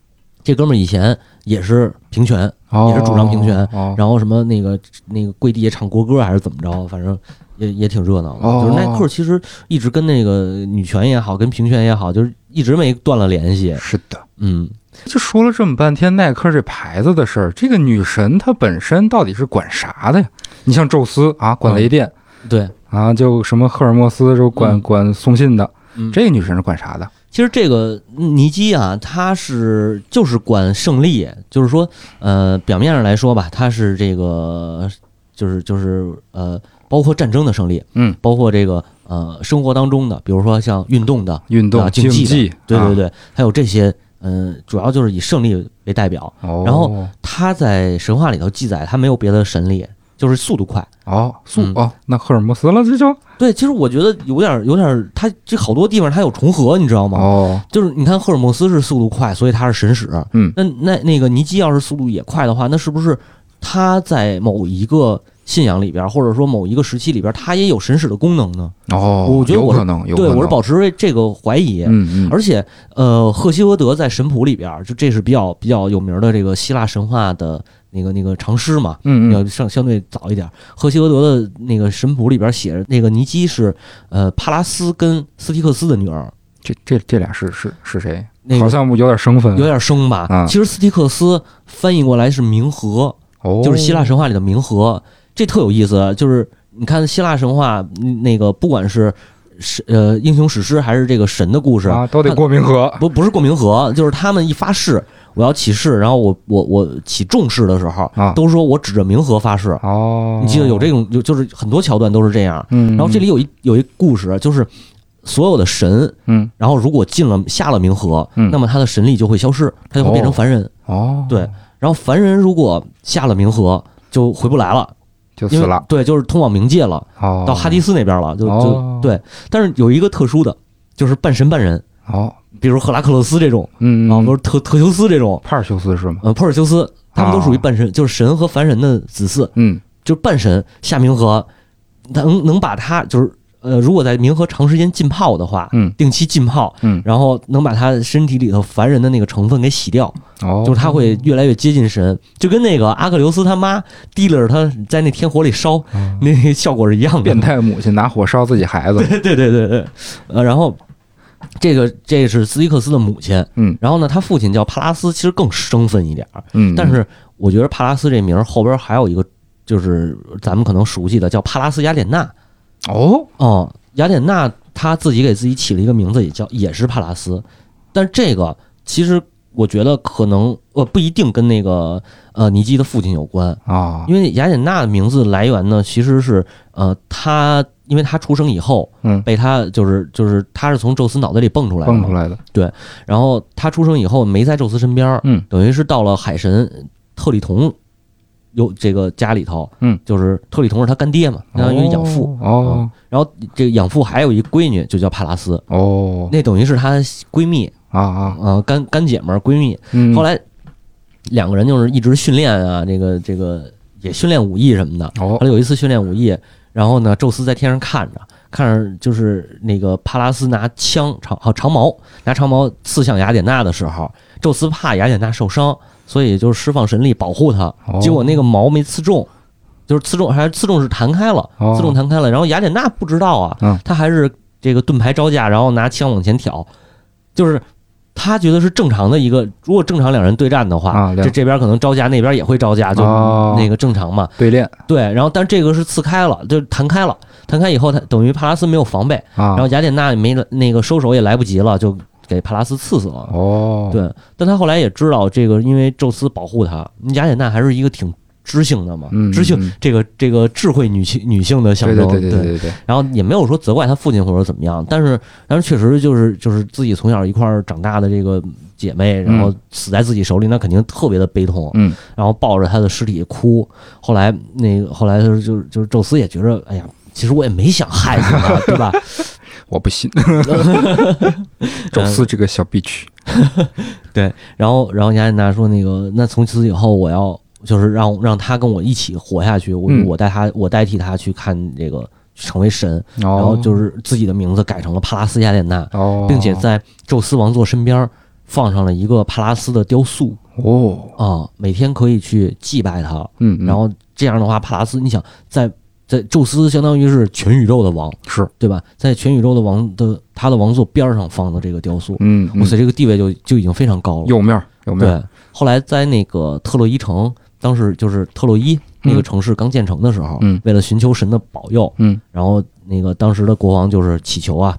这哥们儿以前也是平权，哦，也是主张平权哦然后什么那个那个跪地也唱国歌还是怎么着，反正也也挺热闹的。哦就是耐克其实一直跟那个女权也好，跟平权也好，就是一直没断了联系。是的，嗯，就说了这么半天耐克这牌子的事儿，这个女神她本身到底是管啥的呀？你像宙斯啊，管雷电、对，啊，就什么赫尔墨斯就管、嗯管送信的，嗯这个女神是管啥的？其实这个尼基啊，他是就是管胜利，就是说，呃，表面上来说吧，他是这个，就是就是呃，包括战争的胜利，嗯，包括这个呃生活当中的，比如说像运动的，运动、啊竞竞技的技，对对啊、对，还有这些，嗯、主要就是以胜利为代表。哦，然后他在神话里头记载，他没有别的神力，就是速度快。哦速、嗯哦，那赫尔墨斯了，这就对，其实我觉得有点有点，他这好多地方他有重合，你知道吗？哦就是你看赫尔墨斯是速度快，所以他是神使。嗯那那那个尼基要是速度也快的话，那是不是他在某一个信仰里边，或者说某一个时期里边，他也有神使的功能呢？哦，我觉得有我是可能，有可对能我是保持这个怀疑。嗯嗯，而且，呃，赫西俄德在神谱里边，就这是比较比较有名的这个希腊神话的那个那个长诗嘛，嗯要嗯相相对早一点。赫西俄德的那个神谱里边写着，那个尼基是呃帕拉斯跟斯提克斯的女儿，这这这俩是是是谁？那好个像有点生分有，点生吧。嗯其实斯提克斯翻译过来是冥河，哦，就是希腊神话里的冥河，这特有意思。就是你看希腊神话嗯那个，不管是是呃英雄史诗还是这个神的故事，啊，都得它过冥河，不不是过冥河，就是他们一发誓我要起誓，然后我我我起重誓的时候，啊都说我指着冥河发誓。哦，你记得有这种，就就是很多桥段都是这样。嗯，然后这里有一有一故事，就是所有的神，嗯，然后如果进了下了冥河，嗯那么他的神力就会消失，他就会变成哦凡人。哦，对，然后凡人如果下了冥河就回不来了，就因死为了，对，就是通往冥界了，哦，到哈迪斯那边了，就哦就对。但是有一个特殊的，就是半神半人，哦，比如赫拉克勒斯这种，嗯，啊，不是特特修斯这种，帕尔修斯是吗？呃，珀尔修斯，他们都啊属于半神，就是神和凡人的子嗣，嗯就是半神夏明和，能能把他就是呃，如果在冥河长时间浸泡的话，嗯定期浸泡，嗯，然后能把他身体里头凡人的那个成分给洗掉，哦，就是他会越来越接近神，就跟那个阿克琉斯他妈提了他在那天火里烧，那个效果是一样的。哦变态母亲拿火烧自己孩子， 对对对对对，呃，然后这个这是斯蒂克斯的母亲，嗯然后呢，他父亲叫帕拉斯，其实更生分一点儿，嗯，但是我觉得帕拉斯这名儿后边还有一个就是咱们可能熟悉的叫帕拉斯雅典娜，哦，哦，雅典娜她自己给自己起了一个名字，也叫也是帕拉斯，但这个其实我觉得可能呃不一定跟那个呃尼基的父亲有关，啊，因为雅典娜的名字来源呢其实是呃她因为她出生以后嗯，被她就是就是她是从宙斯脑袋里蹦出来的蹦嘛，出来的，然后她出生以后没在宙斯身边儿，嗯等于是到了海神特里同。有这个家里头，嗯，就是特里同是他干爹嘛，相当于养父，嗯哦然后这个养父还有一闺女，就叫帕拉斯，哦那等于是她闺蜜，啊啊，呃，干干姐们儿闺蜜。嗯，后来两个人就是一直训练啊，这个这个也训练武艺什么的。后哦来有一次训练武艺，然后呢，宙斯在天上看着，看着就是那个帕拉斯拿枪长好长矛拿长矛刺向雅典娜的时候，宙斯怕雅典娜受伤，所以就是释放神力保护她。哦结果那个矛没刺中，就是刺中还是刺中是弹开了，哦刺中弹开了。然后雅典娜不知道啊，嗯她还是这个盾牌招架，然后拿枪往前挑，就是她觉得是正常的一个。如果正常两人对战的话，啊了这这边可能招架，那边也会招架，就哦那个正常嘛。对练对，然后但这个是刺开了，就是弹开了，弹开以后，他等于帕拉斯没有防备，啊，然后雅典娜也没那个收手也来不及了，就给帕拉斯刺死了。哦，对，但他后来也知道这个，因为宙斯保护他，雅典娜还是一个挺知性的嘛，嗯知性、嗯这个这个智慧女性女性的象对征，对对对对对，然后也没有说责怪他父亲或者怎么样，但是但是确实就是就是自己从小一块儿长大的这个姐妹，然后死在自己手里，那肯定特别的悲痛，嗯然后抱着她的尸体哭。后来那个后来就是就是就是宙斯也觉着，哎呀。其实我也没想害你 嘛，对吧？我不 信，宙斯这个小 bitch，对，然后然后雅典娜说那个，那从此以后我要就是让让他跟我一起活下去，我、嗯我带他我代替他去看这个成为神，然然后就是自己的名字改成了帕拉斯雅典娜，哦，并且在宙斯王座身边儿放上了一个帕拉斯的雕塑哦，啊、每天可以去祭拜他。嗯，嗯然后这样的话，帕拉斯，你想在在宙斯相当于是全宇宙的王，是，对吧？在全宇宙的王的他的王座边儿上放的这个雕塑，嗯，哇塞，这个地位就就已经非常高了。右面右面，对，后来在那个特洛伊城，当时就是特洛伊那个城市刚建成的时候，嗯为了寻求神的保佑，嗯然后那个当时的国王就是祈求啊，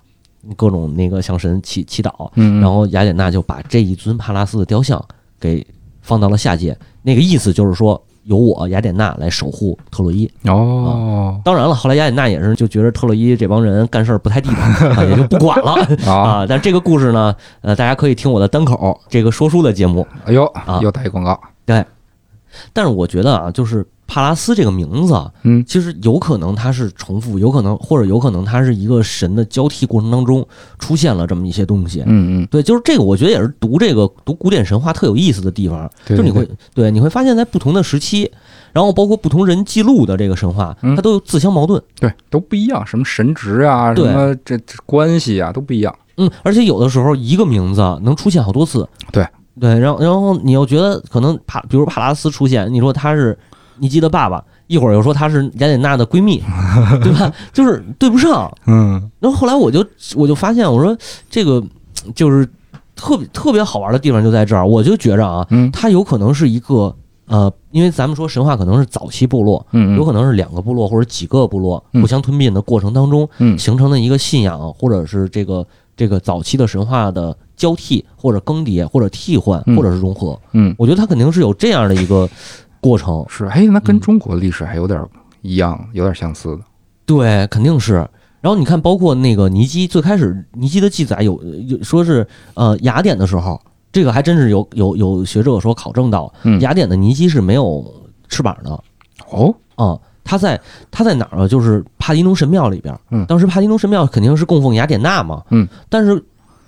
各种那个向神祈祈祷，嗯，然后雅典娜就把这一尊帕拉斯的雕像给放到了下界，那个意思就是说由我雅典娜来守护特洛伊。哦当然了，后来雅典娜也是就觉得特洛伊这帮人干事儿不太 地道，啊也就不管了。啊， 啊，但这个故事呢，呃，大家可以听我的单口这个说书的节目，哎呦，啊又打一广告，但是我觉得啊，就是帕拉斯这个名字啊，嗯其实有可能它是重复，有可能或者有可能它是一个神的交替过程当中出现了这么一些东西。嗯嗯，对，就是这个，我觉得也是读这个读古典神话特有意思的地方，对就是你对会对你会发现在不同的时期，然后包括不同人记录的这个神话，嗯它都有自相矛盾。对都不一样，什么神职啊，什对么这这关系啊都不一样，嗯，而且有的时候一个名字能出现好多次。对对，然后然后你又觉得可能帕，比如帕拉斯出现，你说他是尼基的爸爸，一会儿又说他是雅典娜的 闺蜜，对吧？就是对不上。嗯然后后来我就我就发现，我说这个就是特别特别好玩的地方就在这儿，我就觉着啊，嗯它有可能是一个呃，因为咱们说神话可能是早期部落，嗯，有可能是两个部落或者几个部落嗯互相吞并的过程当中，嗯形成的一个信仰，或者是这个这个早期的神话的交替，或者更迭，或者替换，嗯或者是融合。嗯我觉得它肯定是有这样的一个过程，是，哎，那跟嗯中国历史还有点儿一样，有点儿相似的，对，肯定是。然后你看，包括那个尼基，最开始尼基的记载有有说是呃雅典的时候，这个还真是有有有学者说考证到，嗯雅典的尼基是没有翅膀的，哦，啊，他在他在哪儿啊？就是帕提农神庙里边儿。嗯当时帕提农神庙肯定是供奉雅典娜嘛。嗯，但是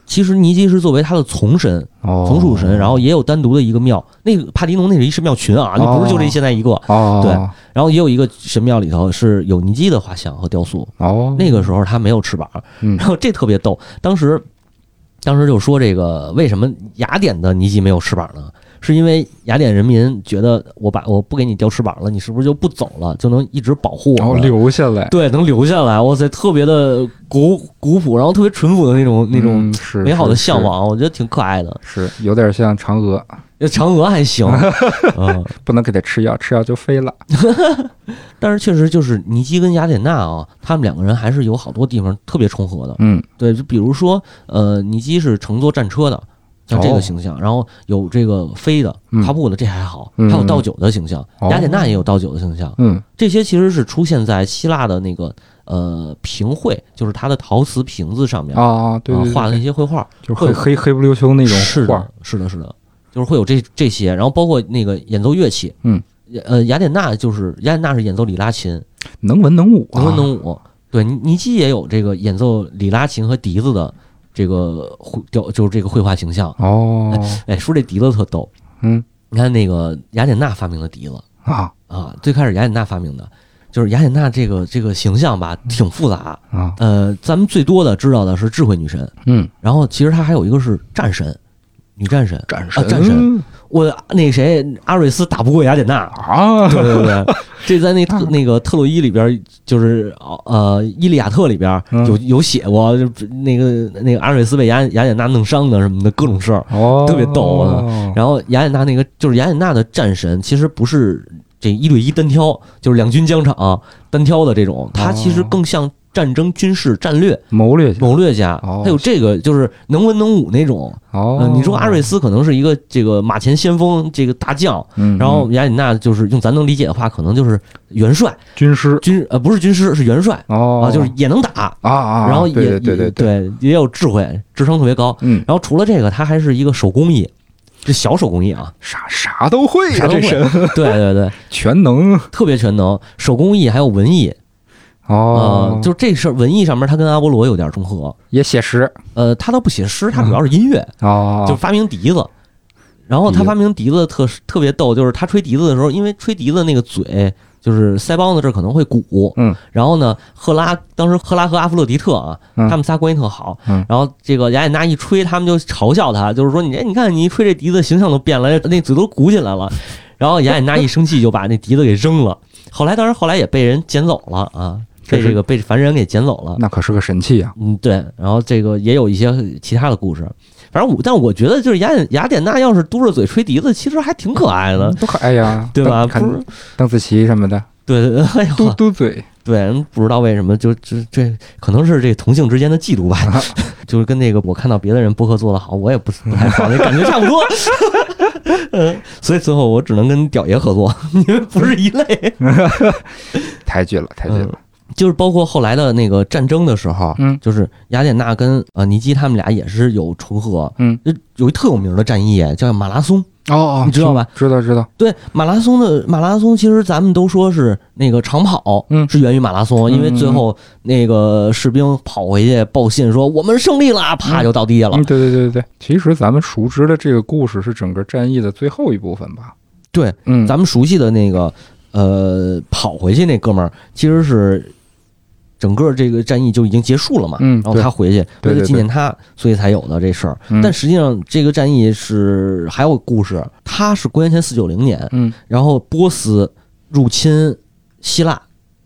其实尼基是作为他的从神，哦，从属神，然后也有单独的一个庙。那个帕迪农那是一神庙群啊，那不是就这现在一个。哦，对，然后也有一个神庙里头是有尼基的画像和雕塑。哦，那个时候他没有翅膀，嗯然后这特别逗。当时，当时就说这个为什么雅典的尼基没有翅膀呢？是因为雅典人民觉得我把我不给你雕翅膀了，你是不是就不走了，就能一直保护然我后哦们？留下来对，能留下来，哇塞，特别的古古朴，然后特别淳朴的那种那种嗯是美好的是向往，我觉得挺可爱的。是是有点像嫦娥，呃嫦娥 还行，嗯，不能给它吃药，吃药就飞了。但是确实就是尼基跟雅典娜啊，他们两个人还是有好多地方特别重合的。嗯，对，就比如说，呃，尼基是乘坐战车的，像这哦个形象，然后有这个飞的、嗯踏步的，这还好，嗯还有倒酒的形象，哦雅典娜也有倒酒的形象，嗯，这些其实是出现在希腊的那个呃瓶绘，就是它的陶瓷瓶子上面啊，啊，对对啊对，画的那些绘画，就是黑黑黑不溜秋那种是画的，，是的，是的，就是会有这这些，然后包括那个演奏乐器，嗯，呃，雅典娜就是雅典娜是演奏里拉琴，能文能武啊，能文能武。对，尼尼基也有这个演奏里拉琴和笛子的这个绘雕，就是这个绘画形象。哦，哎，说这笛子特逗，嗯你看那个雅典娜发明的笛子啊啊，最开始雅典娜发明的，就是雅典娜这个这个形象吧，挺复杂。啊，呃，咱们最多的知道的是智慧女神，嗯，然后其实她还有一个是战神，女战神。战啊战神我那个谁，阿瑞斯打不过雅典娜。啊， 对对对， 这在那嗯特那个特洛伊里边，就是呃《伊利亚特》里边嗯有有写过，就那个那个阿瑞斯被雅雅典娜弄伤的什么的各种事儿。哦，特别逗啊然后雅典娜那个就是雅典娜的战神，其实不是这一对一单挑，就是两军疆场、单挑的这哦种，他其实更像战争、军事、战略谋略家谋略家哦，他有这个就是能文能武那种。哦呃，你说阿瑞，斯可能是一个这个马前先锋，这个大将，嗯，然后雅典娜就是用咱能理解的话，可能就是元帅、军师军呃不是军师是元帅哦啊，就是也能打，啊啊，然后也对对对，也对也有智慧，智商特别高。嗯，然后除了这个，他还是一个手工艺，这小手工艺 啊，啥啥都会呀，啥都这会神对对对，全能特别全能，手工艺还有文艺啊、哦呃，就这事儿文艺上面他跟阿波罗有点重合，也写实呃，他倒不写诗，他主要是音乐，哦，就发明笛子。然后笛他子发明笛子特特别逗，就是他吹笛子的时候，因为吹笛子那个嘴就是腮帮子这儿可能会鼓，嗯，然后呢，赫拉当时赫拉和阿弗洛狄特啊，嗯他们仨关系特好，嗯然后这个雅典娜一吹，他们就嘲笑他，就是说你这你看你一吹这笛子形象都变了，那嘴都鼓起来了，然后雅典娜一生气就把那笛子给扔了， 后来当然后来也被人捡走了啊，这被是这个被凡人给捡走了，那可是个神器啊，嗯，对，然后这个也有一些其他的故事，反正我但我觉得就是雅典雅典娜要是嘟着嘴吹笛子，其实还挺可爱的，多可爱呀， 对吧？邓看不是，邓紫棋什么 的，对对对，哎呦嘟嘟嘴，对，不知道为什么就这这可能是这同性之间的嫉妒吧，啊 就是跟那个我看到别的人播客做得好，我也不不太爽，那感觉差不多。 嗯，所以最后我只能跟屌爷合作，你们不是一类。 抬举了，抬举了，就是包括后来的那个战争的时候，嗯就是雅典娜跟呃尼基他们俩也是有重合，嗯，有有一特有名的战役叫马拉松，哦哦，嗯你知道吧？知道知道，对，马拉松的马拉松，其实咱们都说是那个长跑，嗯是源于马拉松，嗯因为最后那个士兵跑回去报信说我们胜利啦，啪就倒地下了嗯，。对对对对对，其实咱们熟知的这个故事是整个战役的最后一部分吧？对，嗯，咱们熟悉的那个呃跑回去那哥们儿，其实是整个这个战役就已经结束了嘛，嗯然后对他回去对为了对纪念他，所以才有的这事儿。嗯但实际上这个战役是还有故事，它是公元前四九零年，嗯然后波斯入侵希腊，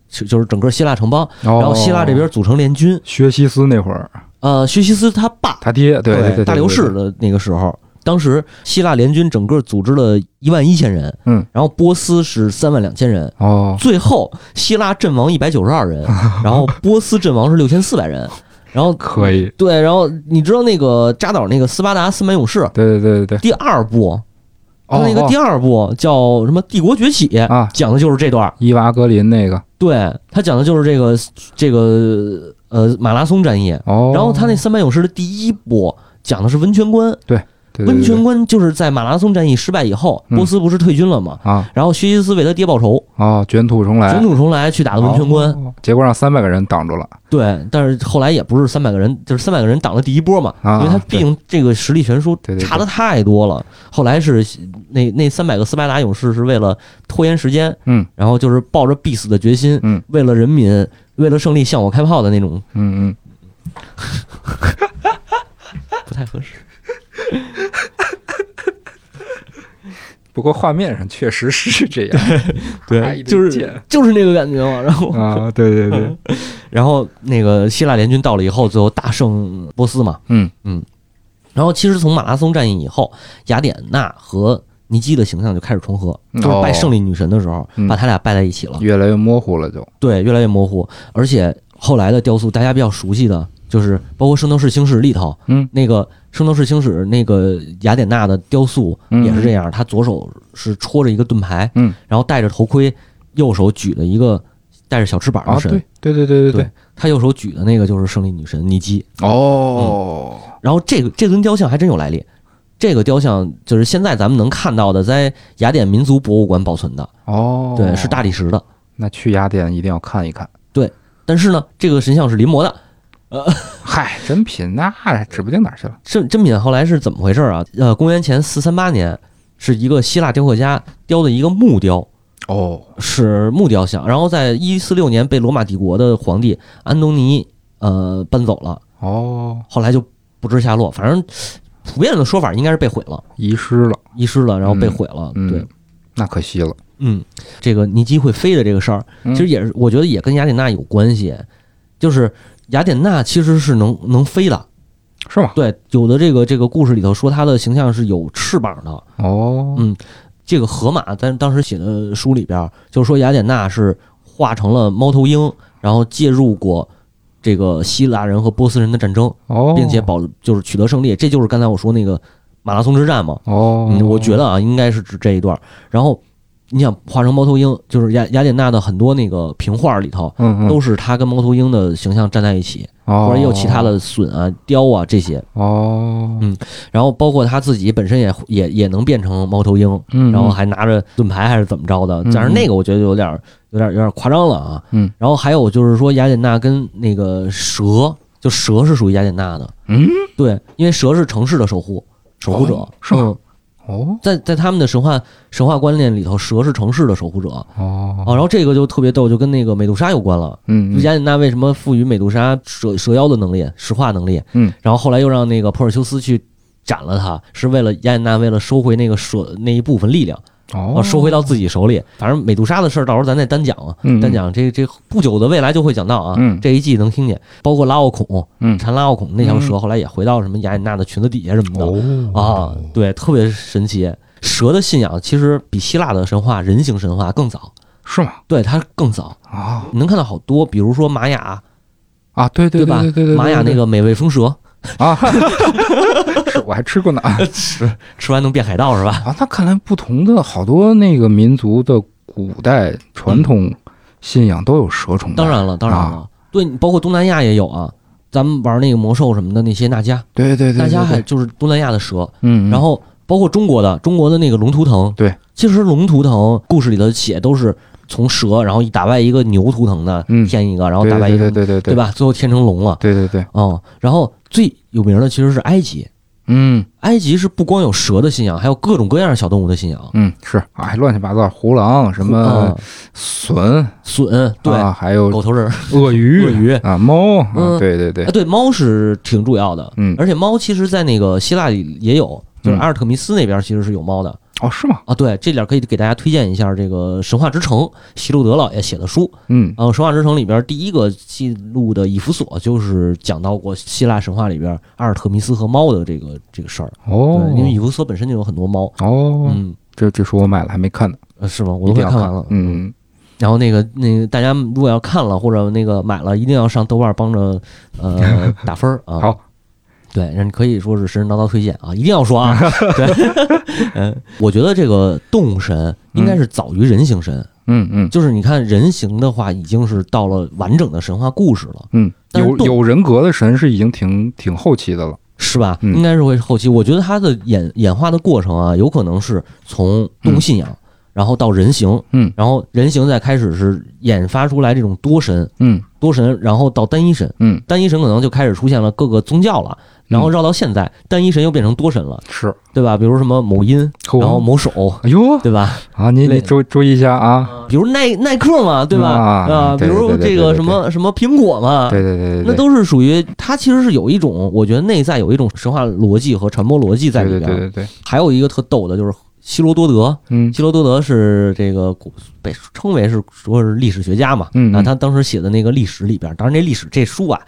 就就是整个希腊城邦，然然后希腊这边组成联军。哦薛西斯那会儿，呃，薛西斯他爸，他爹对对对大流士，的那个时候，当时希腊联军整个组织了一万一千人，嗯，然后波斯是三万两千人。哦，最后，希腊阵亡一百九十 二人，然后波斯阵亡是六千四百人，然后可以，对，然后你知道那个扎导那个斯巴达四百勇士对对对对对，第二部，他哦那个第二部叫什么《帝国崛起》啊讲的就是这段儿。伊娃格林那个，对他讲的就是这个这个呃马拉松战役。哦，然后他那三百勇士的第一部讲的是温泉关，对，对对温泉对关就是在马拉松战役失败以后，嗯波斯不是退军了吗？啊然后薛西斯为他爹报仇，哦，卷土重来，卷土重来去打的温泉关。哦，结果让三百个人挡住了。对，但是后来也不是三百个人，就是三百个人挡了第一波嘛，啊因为他毕竟这个实力悬殊对对对差的太多了。后来是那那三百个斯巴达勇士是为了拖延时间，嗯然后就是抱着必死的决心，嗯为了人民，为了胜利向我开炮的那种，嗯嗯，不太合适。不过画面上确实是这样。哎就是就是那个感觉嘛。然后，啊，对对对，然后那个希腊联军到了以后，最后大胜波斯嘛。嗯然后其实从马拉松战役以后，雅典娜和尼基的形象就开始重合，哦就是拜胜利女神的时候，嗯把他俩拜在一起了。越来越模糊了就，对，越来越模糊。而且后来的雕塑，大家比较熟悉的就是包括《圣斗士星矢》里头，嗯那个《圣斗士星矢》那个雅典娜的雕塑嗯也是这样，她左手是戳着一个盾牌，嗯，然后戴着头盔，右手举了一个带着小翅膀啊，的神，对对对对对对，她右手举的那个就是胜利女神尼基。哦，然后这个这尊雕像还真有来历，这个雕像就是现在咱们能看到的，在雅典民族博物馆保存的，哦，对，是大理石的。那去雅典一定要看一看。但是呢，这个神像是临摹的，嗨，真品那、指不定哪儿去了。真真品后来是怎么回事啊？呃，公元前四三八年，是一个希腊雕刻家雕的一个木雕，哦，是木雕像。然后在一四六年被罗马帝国的皇帝安东尼呃搬走了，哦，后来就不知下落。反正普遍的说法应该是被毁了，遗失了，遗失了，然后被毁了。嗯，对，那可惜了。嗯，这个尼基会飞的这个事儿，嗯其实也是我觉得也跟雅典娜有关系，就是雅典娜其实是能能飞的。是吗？对，有的这个这个故事里头说她的形象是有翅膀的。哦，嗯，这个荷马在当时写的书里边儿，就是说雅典娜是化成了猫头鹰，然后介入过这个希腊人和波斯人的战争，哦，并且保就是取得胜利。这就是刚才我说那个马拉松之战嘛。哦、嗯，我觉得啊，应该是指这一段儿。然后你想化成猫头鹰，就是雅雅典娜的很多那个平画里头。嗯嗯，都是她跟猫头鹰的形象站在一起，哦或者也有其他的隼啊、雕啊这些，哦，嗯然后包括她自己本身也也也能变成猫头鹰，嗯，然后还拿着盾牌还是怎么着的嗯，但是那个我觉得有点儿有点儿有点儿夸张了啊。嗯，然后还有就是说雅典娜跟那个蛇，就蛇是属于雅典娜的，嗯，对，因为蛇是城市的守护守护者哦，是吗嗯哦在在他们的神话神话观念里头，蛇是城市的守护者啊。哦，然后这个就特别逗，就跟那个美杜莎有关了。嗯，嗯雅典娜为什么赋予美杜莎蛇蛇妖的能力、石化能力？嗯，然后后来又让那个珀尔修斯去斩了他，是为了雅典娜为了收回那个蛇那一部分力量。哦啊，，收回到自己手里。反正美杜莎的事儿，到时候咱再单讲啊，嗯嗯单讲这这不久的未来就会讲到啊。嗯这一季能听见，包括拉奥孔，嗯缠拉奥孔那条蛇，嗯后来也回到什么雅典娜的裙子底下什么的、哦啊，对，特别神奇。蛇的信仰其实比希腊的神话、人形神话更早，是吗？对它更早，啊你能看到好多，比如说玛雅，啊，对对吧？对对对，玛雅那个美味风蛇，啊， 是我还吃 过呢啊，吃吃完能变海盗是吧？那看来不同的好多那个民族的古代传统信仰都有蛇虫，嗯当，然了，当然了，啊对，包括东南亚也有啊，咱们玩那个魔兽什么的那些纳迦，对对对，大家对还对就是东南亚的蛇，嗯，嗯然后包括中国的中国的那个龙图腾，对，其实龙图腾故事里头写都是从蛇，然后一打败一个牛图腾的嗯添一个，然后对打败一对个对对对对？吧？最后添成龙了，对对对，嗯，然后最有名的其实是埃及，嗯埃及是不光有蛇的信仰，还有各种各样的小动物的信仰，嗯是，哎，乱七八糟，胡狼什么嗯隼，隼对。啊还有狗头人儿鳄鱼、鳄鱼啊猫，嗯啊对对对啊，，对，猫是挺重要的，嗯而且猫其实，在那个希腊里也有，就是嗯阿尔特弥斯那边其实是有猫的，哦是吗？啊，对，这点儿可以给大家推荐一下这个《神话之城》，希罗德老爷写的书。嗯啊，《神话之城》里边儿第一个记录的以弗所，就是讲到过希腊神话里边儿阿尔特弥斯和猫的这个这个事儿。对哦，因为以弗所本身就有很多猫。哦，嗯，这这书我买了还没看呢，呃是吗？一我都定快要看完了。嗯，然后那个那个，大家如果要看了或者那个买了，一定要上豆瓣儿帮着 呃打分儿啊。好，对，那你可以说是神神叨叨推荐啊，一定要 说啊。对，嗯，我觉得这个动物神应该是早于人形神。嗯嗯就是你看人形的话，已经是到了完整的神话故事了。嗯，但是有动有人格的神是已经挺挺后期的了，是吧？嗯应该是会后期，我觉得它的演演化的过程啊，有可能是从动物信仰，然后到人形，嗯然后人形再开始是研发出来这种多神，嗯多神，然后到单一神，嗯，单一神可能就开始出现了各个宗教了，然后绕到现在，单一神又变成多神了，是，对吧？比如什么某音，哦然后某手，哎呦对吧？啊，你类你注注意一下啊，比如耐耐克嘛，对吧？啊啊，比对如对对这对个对什么什么苹果嘛，对对对对啊那对，都是属于它其实是有一种，我觉得内在有一种神话逻辑和传播逻辑在里对对边。对对对，还有一个特逗的就是希罗多德，嗯希罗多德是这个古被称为是说是历史学家嘛，嗯嗯那他当时写的那个历史里边，当然这历史这书啊。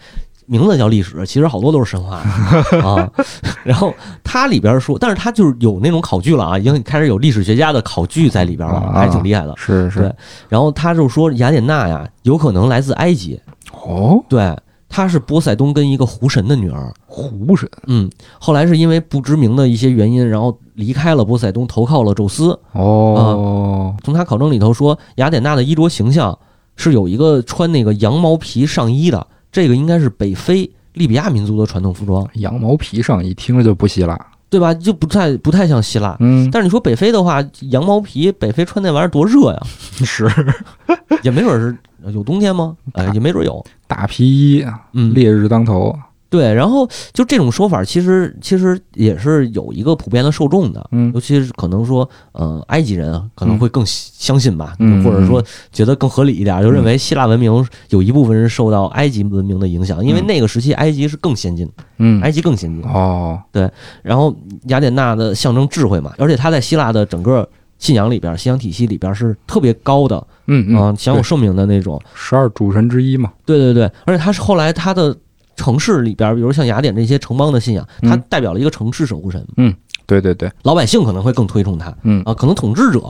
名字叫历史，其实好多都是神话啊。 然后它里边说，但是它就是有那种考据了啊，已经开始有历史学家的考据在里边了，啊还是挺厉害的。是是对，然后他就说雅典娜呀，有可能来自埃及，哦，对，她是波塞冬跟一个湖神的女儿。湖神嗯，后来是因为不知名的一些原因，然后离开了波塞冬，投靠了宙斯。哦，从他考证里头说，雅典娜的衣着形象是有一个穿那个羊毛皮上衣的，这个应该是北非利比亚民族的传统服装，羊毛皮上衣听着就不希腊，对吧？就不太不太像希腊。嗯，但是你说北非的话，羊毛皮，北非穿那玩意儿多热呀，是也没准儿是有冬天吗？呃，也没准儿有。大皮衣，嗯，烈日当头，对，然后就这种说法，其实其实也是有一个普遍的受众的，嗯尤其是可能说，呃，埃及人啊，可能嗯会更喜相信吧，嗯或者说觉得更合理一点，就认为希腊文明有一部分是受到埃及文明的影响，因为那个时期埃及是更先进，嗯，埃及更先进。哦，然后雅典娜的象征智慧嘛，而且她在希腊的整个信仰里边，信仰体系里边是特别高的，嗯嗯、嗯，享有盛名的那种。十二主神之一嘛，对对对，而且它是后来它的城市里边儿，比如像雅典这些城邦的信仰，它嗯代表了一个城市守护神，对对对，老百姓可能会更推崇它嗯啊，可能统治者、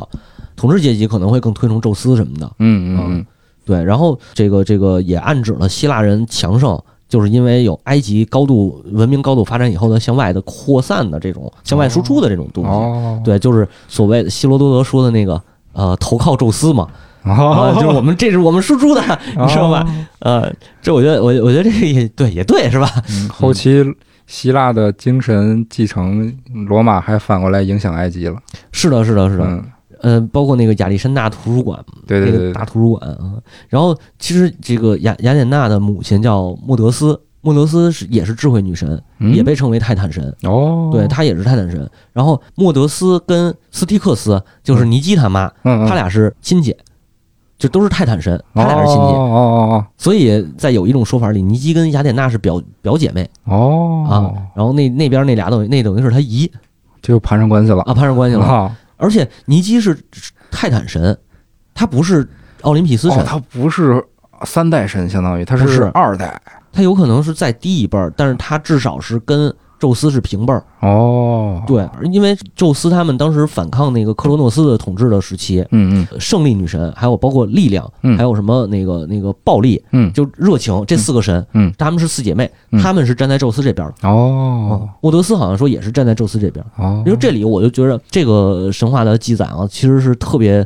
统治阶级可能会更推崇宙斯什么的。嗯嗯对，然后这个这个也暗指了希腊人强盛。就是因为有埃及高度文明高度发展以后的向外的扩散的这种向外输出的这种东嗯，西，哦，对，就是所谓的希罗多德说的那个呃投靠宙斯嘛，啊，哦，就是我们这是我们输出的，你知道吧？呃，这我觉得，我我觉得这个也对，也对，是吧？嗯后期希腊的精神继承，罗马还反过来影响埃及了。是的，是的，是的。嗯，呃，包括那个亚历山大图书馆，对对对那个对，大图书馆啊。然后其实这个雅雅典娜的母亲叫莫德斯，莫德斯是也是智慧女神，嗯也被称为泰坦神。哦，对，她也是泰坦神。然后莫德斯跟斯提克斯，就是尼基他妈，嗯，嗯他俩是亲姐，就都是泰坦神，他俩是亲哦姐。哦所以在有一种说法里，尼基跟雅典娜是表表姐妹哦哦啊。哦，然后那那边那俩等于那等于是他姨就攀上关系了，啊，攀上关系了。哦而且尼基是泰坦神，他不是奥林匹斯神，哦，他不是三代神，相当于他不是是二代他有可能是再低一辈儿，但是他至少是跟宙斯是平辈儿。哦，，对，因为宙斯他们当时反抗那个克罗诺斯的统治的时期，嗯嗯胜利女神，还有包括力量，嗯还有什么那个那个暴力，嗯，就热情这四个神，嗯嗯他们是四姐妹，嗯他们是站在宙斯这边儿的。哦莫德斯好像说也是站在宙斯这边儿，哦，因为这里我就觉得这个神话的记载啊，其实是特别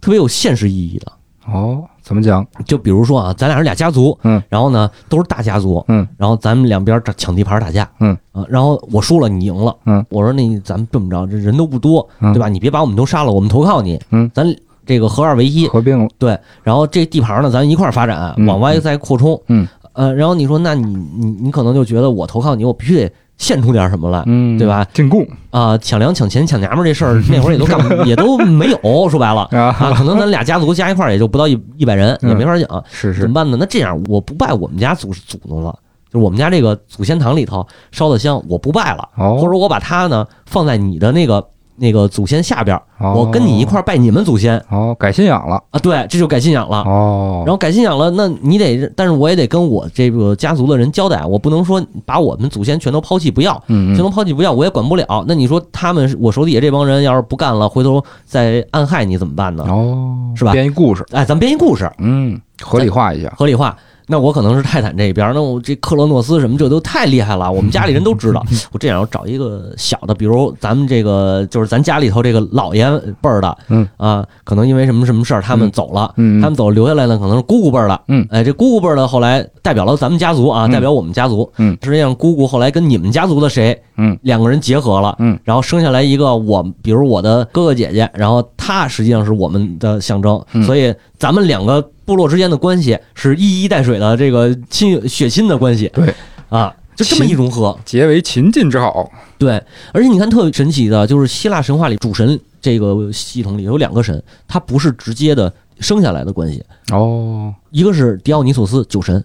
特别有现实意义的。哦怎么讲？就比如说啊，咱俩是俩家族，嗯，然后呢都是大家族，嗯，然后咱们两边打抢地盘打架，嗯啊，然后我输了你赢了，嗯，我说那咱们这么着，这人都不多，嗯对吧？你别把我们都杀了，我们投靠你，嗯咱这个合二为一，合并了，对，然后这地盘呢咱一块儿发展，嗯往外再扩充，嗯，呃，然后你说那你你你可能就觉得我投靠你，我必须得献出点什么来，嗯，对吧？进贡啊、抢粮、抢钱、抢娘们儿这事儿，那会儿也都 干不也都没有，说白了。啊，啊，可能咱俩家族加一块儿也就不到一一百人，嗯也没法讲，是怎是么，办呢？那这样，我不拜我们家祖祖宗了，就是我们家这个祖先堂里头烧的香，我不拜了，哦或者我把它呢放在你的那个那个祖先下边儿，我跟你一块儿拜你们祖先哦，改信仰了啊，对，这就改信仰了。哦，啊然后改信仰了，那你得，但是我也得跟我这个家族的人交代，我不能说把我们祖先全都抛弃不要，嗯全嗯都抛弃不要，我也管不了。那你说他们，我手底下这帮人要是不干了，回头再暗害你怎么办呢？哦啊是吧编一故事，哎，咱们编一故事，嗯，合理化一下，合理化。那我可能是泰坦这边儿，那我这克罗诺斯什么这都太厉害了，我们家里人都嗯知道。我这样要找一个小的，比如咱们这个就是咱家里头这个老爷辈儿的，嗯啊，可能因为什么什么事儿他们嗯走了，嗯他们走留下来的可能是姑姑辈儿的，嗯哎，这姑姑辈儿的后来代表了咱们家族啊，嗯代表我们家族，嗯实际上姑姑后来跟你们家族的谁嗯两个人结合了，嗯，然后生下来一个我，比如我的哥哥姐姐，然后他实际上是我们的象征，嗯所以咱们两个部落之间的关系是一衣带水的这个亲血亲的关系，对啊，就这么一亲融合，结为秦晋之好。对，而且你看特别神奇的，就是希腊神话里主神这个系统里有两个神，他不是直接的生下来的关系，哦，一个是迪奥尼索斯酒神，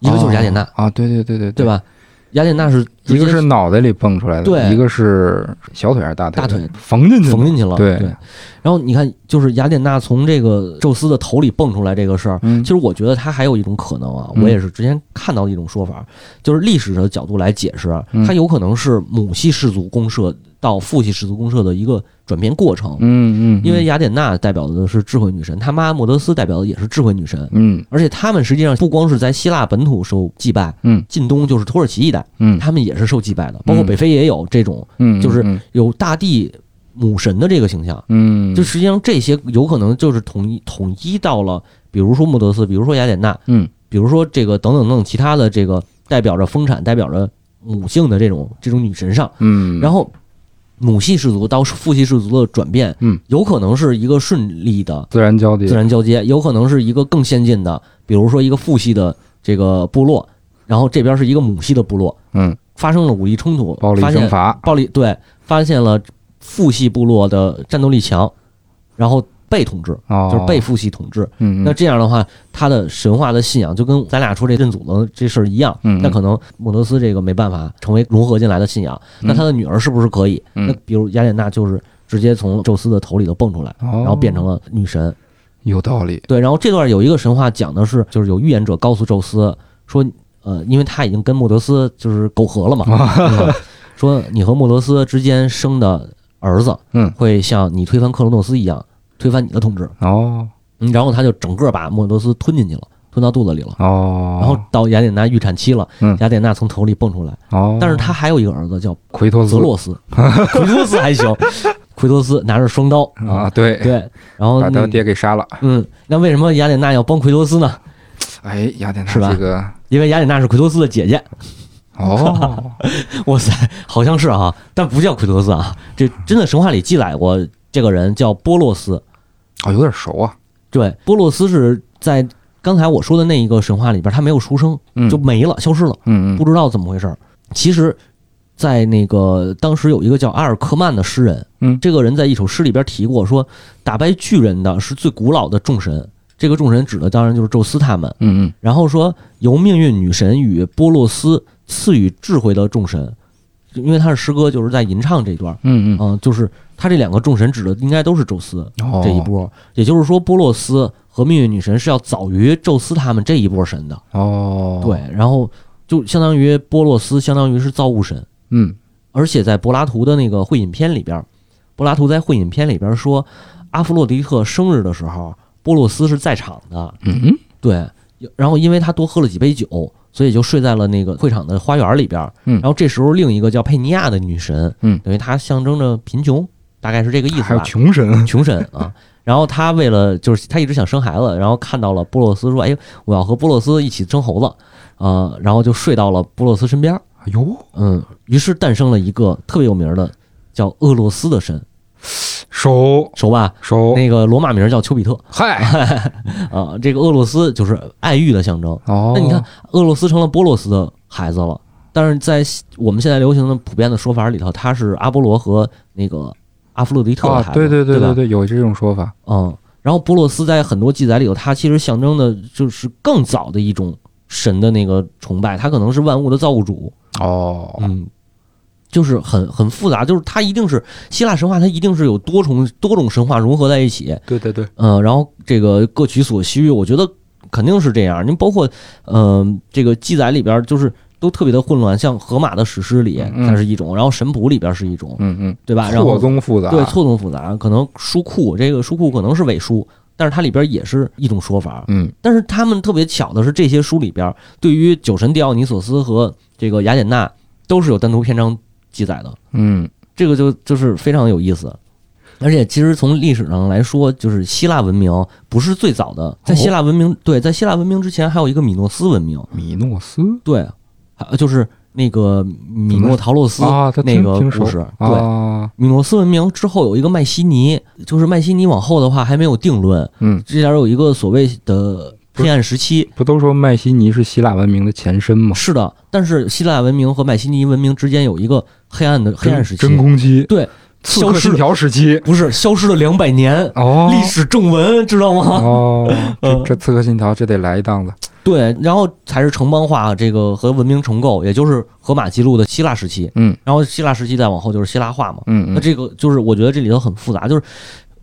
一个就是雅典娜，哦啊，对对对对对？吧？雅典娜是直一个接是脑袋里蹦出来的，对一个是小腿还是大腿？大腿缝进去的，缝进去了，对然后你看，就是雅典娜从这个宙斯的头里蹦出来这个事儿，嗯其实我觉得它还有一种可能啊，嗯我也是之前看到的一种说法，就是历史的角度来解释，啊嗯它有可能是母系氏族公社到父系氏族公社的一个转变过程。嗯嗯，因为雅典娜代表的是智慧女神，她妈莫德斯代表的也是智慧女神，嗯而且她们实际上不光是在希腊本土受祭拜，嗯近东就是土耳其一带，嗯她们也是受祭拜的，包括嗯北非也有这种嗯，就是嗯有大地母神的这个形象。嗯，就实际上这些有可能就是统一统一到了，比如说莫德斯，比如说雅典娜，嗯，比如说这个等等等等其他的这个代表着丰产、代表着母性的这种这种女神上，嗯，然后后母系氏族到父系氏族的转变，嗯，有可能是一个顺利的自然交叠，自然交接，有可能是一个更先进的，比如说一个父系的这个部落，然后这边是一个母系的部落，嗯，发生了武力冲突，暴力发现惩罚，暴力对发现了父系部落的战斗力强，然后被统治，哦，就是被父系统治。嗯，嗯那这样的话，他的神话的信仰就跟咱俩说这认祖的这事儿一样。嗯嗯那可能莫德斯这个没办法成为融合进来的信仰，嗯那他的女儿是不是可以？嗯那比如雅典娜就是直接从宙斯的头里头蹦出来，哦然后变成了女神。有道理，对，然后这段有一个神话讲的是，就是有预言者告诉宙斯说，呃，因为他已经跟莫德斯就是苟 合了嘛，对吧说你和莫德斯之间生的儿子嗯，会像你推翻克罗诺斯一样推翻你的统治，哦嗯然后他就整个把莫德斯吞进去了，吞到肚子里了。哦，然后到雅典娜预产期了嗯，雅典娜从头里蹦出来，哦，但是他还有一个儿子叫奎托斯泽洛 斯，奎托斯还行，奎托斯拿着双刀啊，，对，对，然后把他那爹给杀了。嗯，那为什么雅典娜要帮奎托斯呢？哎，雅典娜是吧这个因为雅典娜是奎托斯的姐姐。 哦，哇塞，好像是啊，但不叫奎托斯啊，这真的神话里记载过这个人叫波洛斯。哦，有点熟啊，对，波洛斯是在刚才我说的那一个神话里边，他没有出生，嗯，就没了，消失了，嗯不嗯知道怎么回事儿。其实，在那个当时有一个叫阿尔克曼的诗人，嗯这个人在一首诗里边提过，说打败巨人的是最古老的众神，这个众神指的当然就是宙斯他们。嗯嗯，然后说由命运女神与波洛斯赐予智慧的众神，因为他是诗歌，就是在吟唱这一段儿，嗯嗯、就是他这两个众神指的应该都是宙斯嗯，哦这一波，也就是说波洛斯和命运女神是要早于宙斯他们这一波神的，哦，，对，然后就相当于波洛斯相当于是造物神，嗯而且在柏拉图的那个会饮篇里边儿，柏拉图在会饮篇里边儿说，阿弗洛狄特生日的时候，波洛斯是在场的，嗯对，然后因为他多喝了几杯酒，所以就睡在了那个会场的花园里边儿。嗯然后这时候另一个叫佩尼亚的女神，嗯等于她象征着贫穷，大概是这个意嗯，思还有吧，穷神，穷神啊。然后她为了就是她一直想生孩子，然后看到了波洛斯说：“哎，我要和波洛斯一起生猴子。”呃，然后就睡到了波洛斯身边儿。哎呦，嗯，于是诞生了一个特别有名儿的叫厄洛斯的神，熟熟吧？熟，那个罗马名儿叫丘比特 嗨，啊、这个厄洛斯就是爱欲的象征。哦，那你看，，俄罗斯成了波洛斯的孩子了，但是在西我们现在流行的普遍的说法里头，他是阿波罗和那个阿弗洛狄特的啊孩子，，对对对对对吧，对，有这种说法，嗯。然后波洛斯在很多记载里头，他其实象征的就是更早的一种神的那个崇拜，他可能是万物的造物主，哦，嗯，就是很很复杂，就是他一定是希腊神话，它一定是有多重多种神话融合在一起，对对对，嗯，然后这个各取所需，我觉得肯定是这样。您包括，嗯、这个记载里边儿就是都特别的混乱，像荷马的史诗里嗯它是一种，然后神谱里边儿是一种，嗯嗯，对吧？然错后综复杂，对错综复杂，可能书库这个书库可能是伪书，但是它里边也是一种说法。嗯但是他们特别巧的是，这些书里边对于酒神迪奥尼索斯和这个雅典娜都是有单独篇章记载的，嗯这个就就是非常有意思。而且其实从历史上来说，就是希腊文明不是最早的，在希腊文明、对，在希腊文明之前还有一个米诺斯文明，米诺斯对，还呃就是那个米诺陶洛斯啊，他那听个听故说事，对。啊，米诺斯文明之后有一个麦西尼，就是麦西尼往后的话还没有定论，嗯，这点有一个所谓的黑暗时期。不都说迈锡尼是希腊文明的前身吗？是的，但是希腊文明和麦西尼文明之间有一个黑暗的黑暗时期，真空期，对，刺消客失信条时期不是消失了两 百年，哦，历史正文知道 吗？哦，这嗯这刺客信条这得来一档子，对，然后才是城邦化这个和文明重构，也就是荷马记录的希腊时期，嗯然后希腊时期再往后就是希腊化嘛。嗯那嗯这个就是我觉得这里头很复杂，就是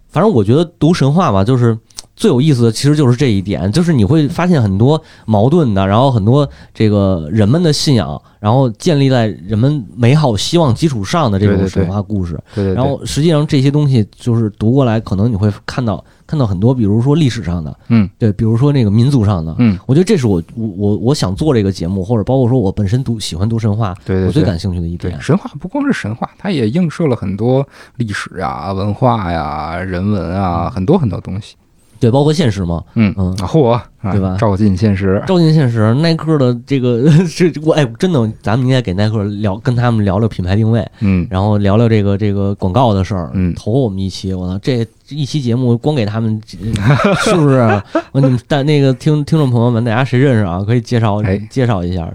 反正我觉得读神话吧，就是最有意思的其实就是这一点，就是你会发现很多矛盾的，然后很多这个人们的信仰，然后建立在人们美好希望基础上的这对种对对神话故事。对对对，然后实际上这些东西就是读过来，可能你会看到看到很多，比如说历史上的，嗯对，比如说那个民族上的。嗯，我觉得这是我我我我想做这个节目，或者包括说我本身读喜欢读神话，对对我最对感兴趣啊的一点对，。神话不光是神话，它也映射了很多历史啊、文化呀、人文啊，很多很多东西。对，包括现实嘛，嗯嗯啊嚯，啊对吧照进现实，照进现实，耐克的这个 这我哎，真的，咱们应该给耐克聊，跟他们聊聊品牌定位，嗯，然后聊聊这个这个广告的事儿，嗯投我们一期，我操，这这一期节目光给 他们，呃 是不是？我你们但那个听听众朋友们，大家谁认识啊？可以介绍哎介绍一下。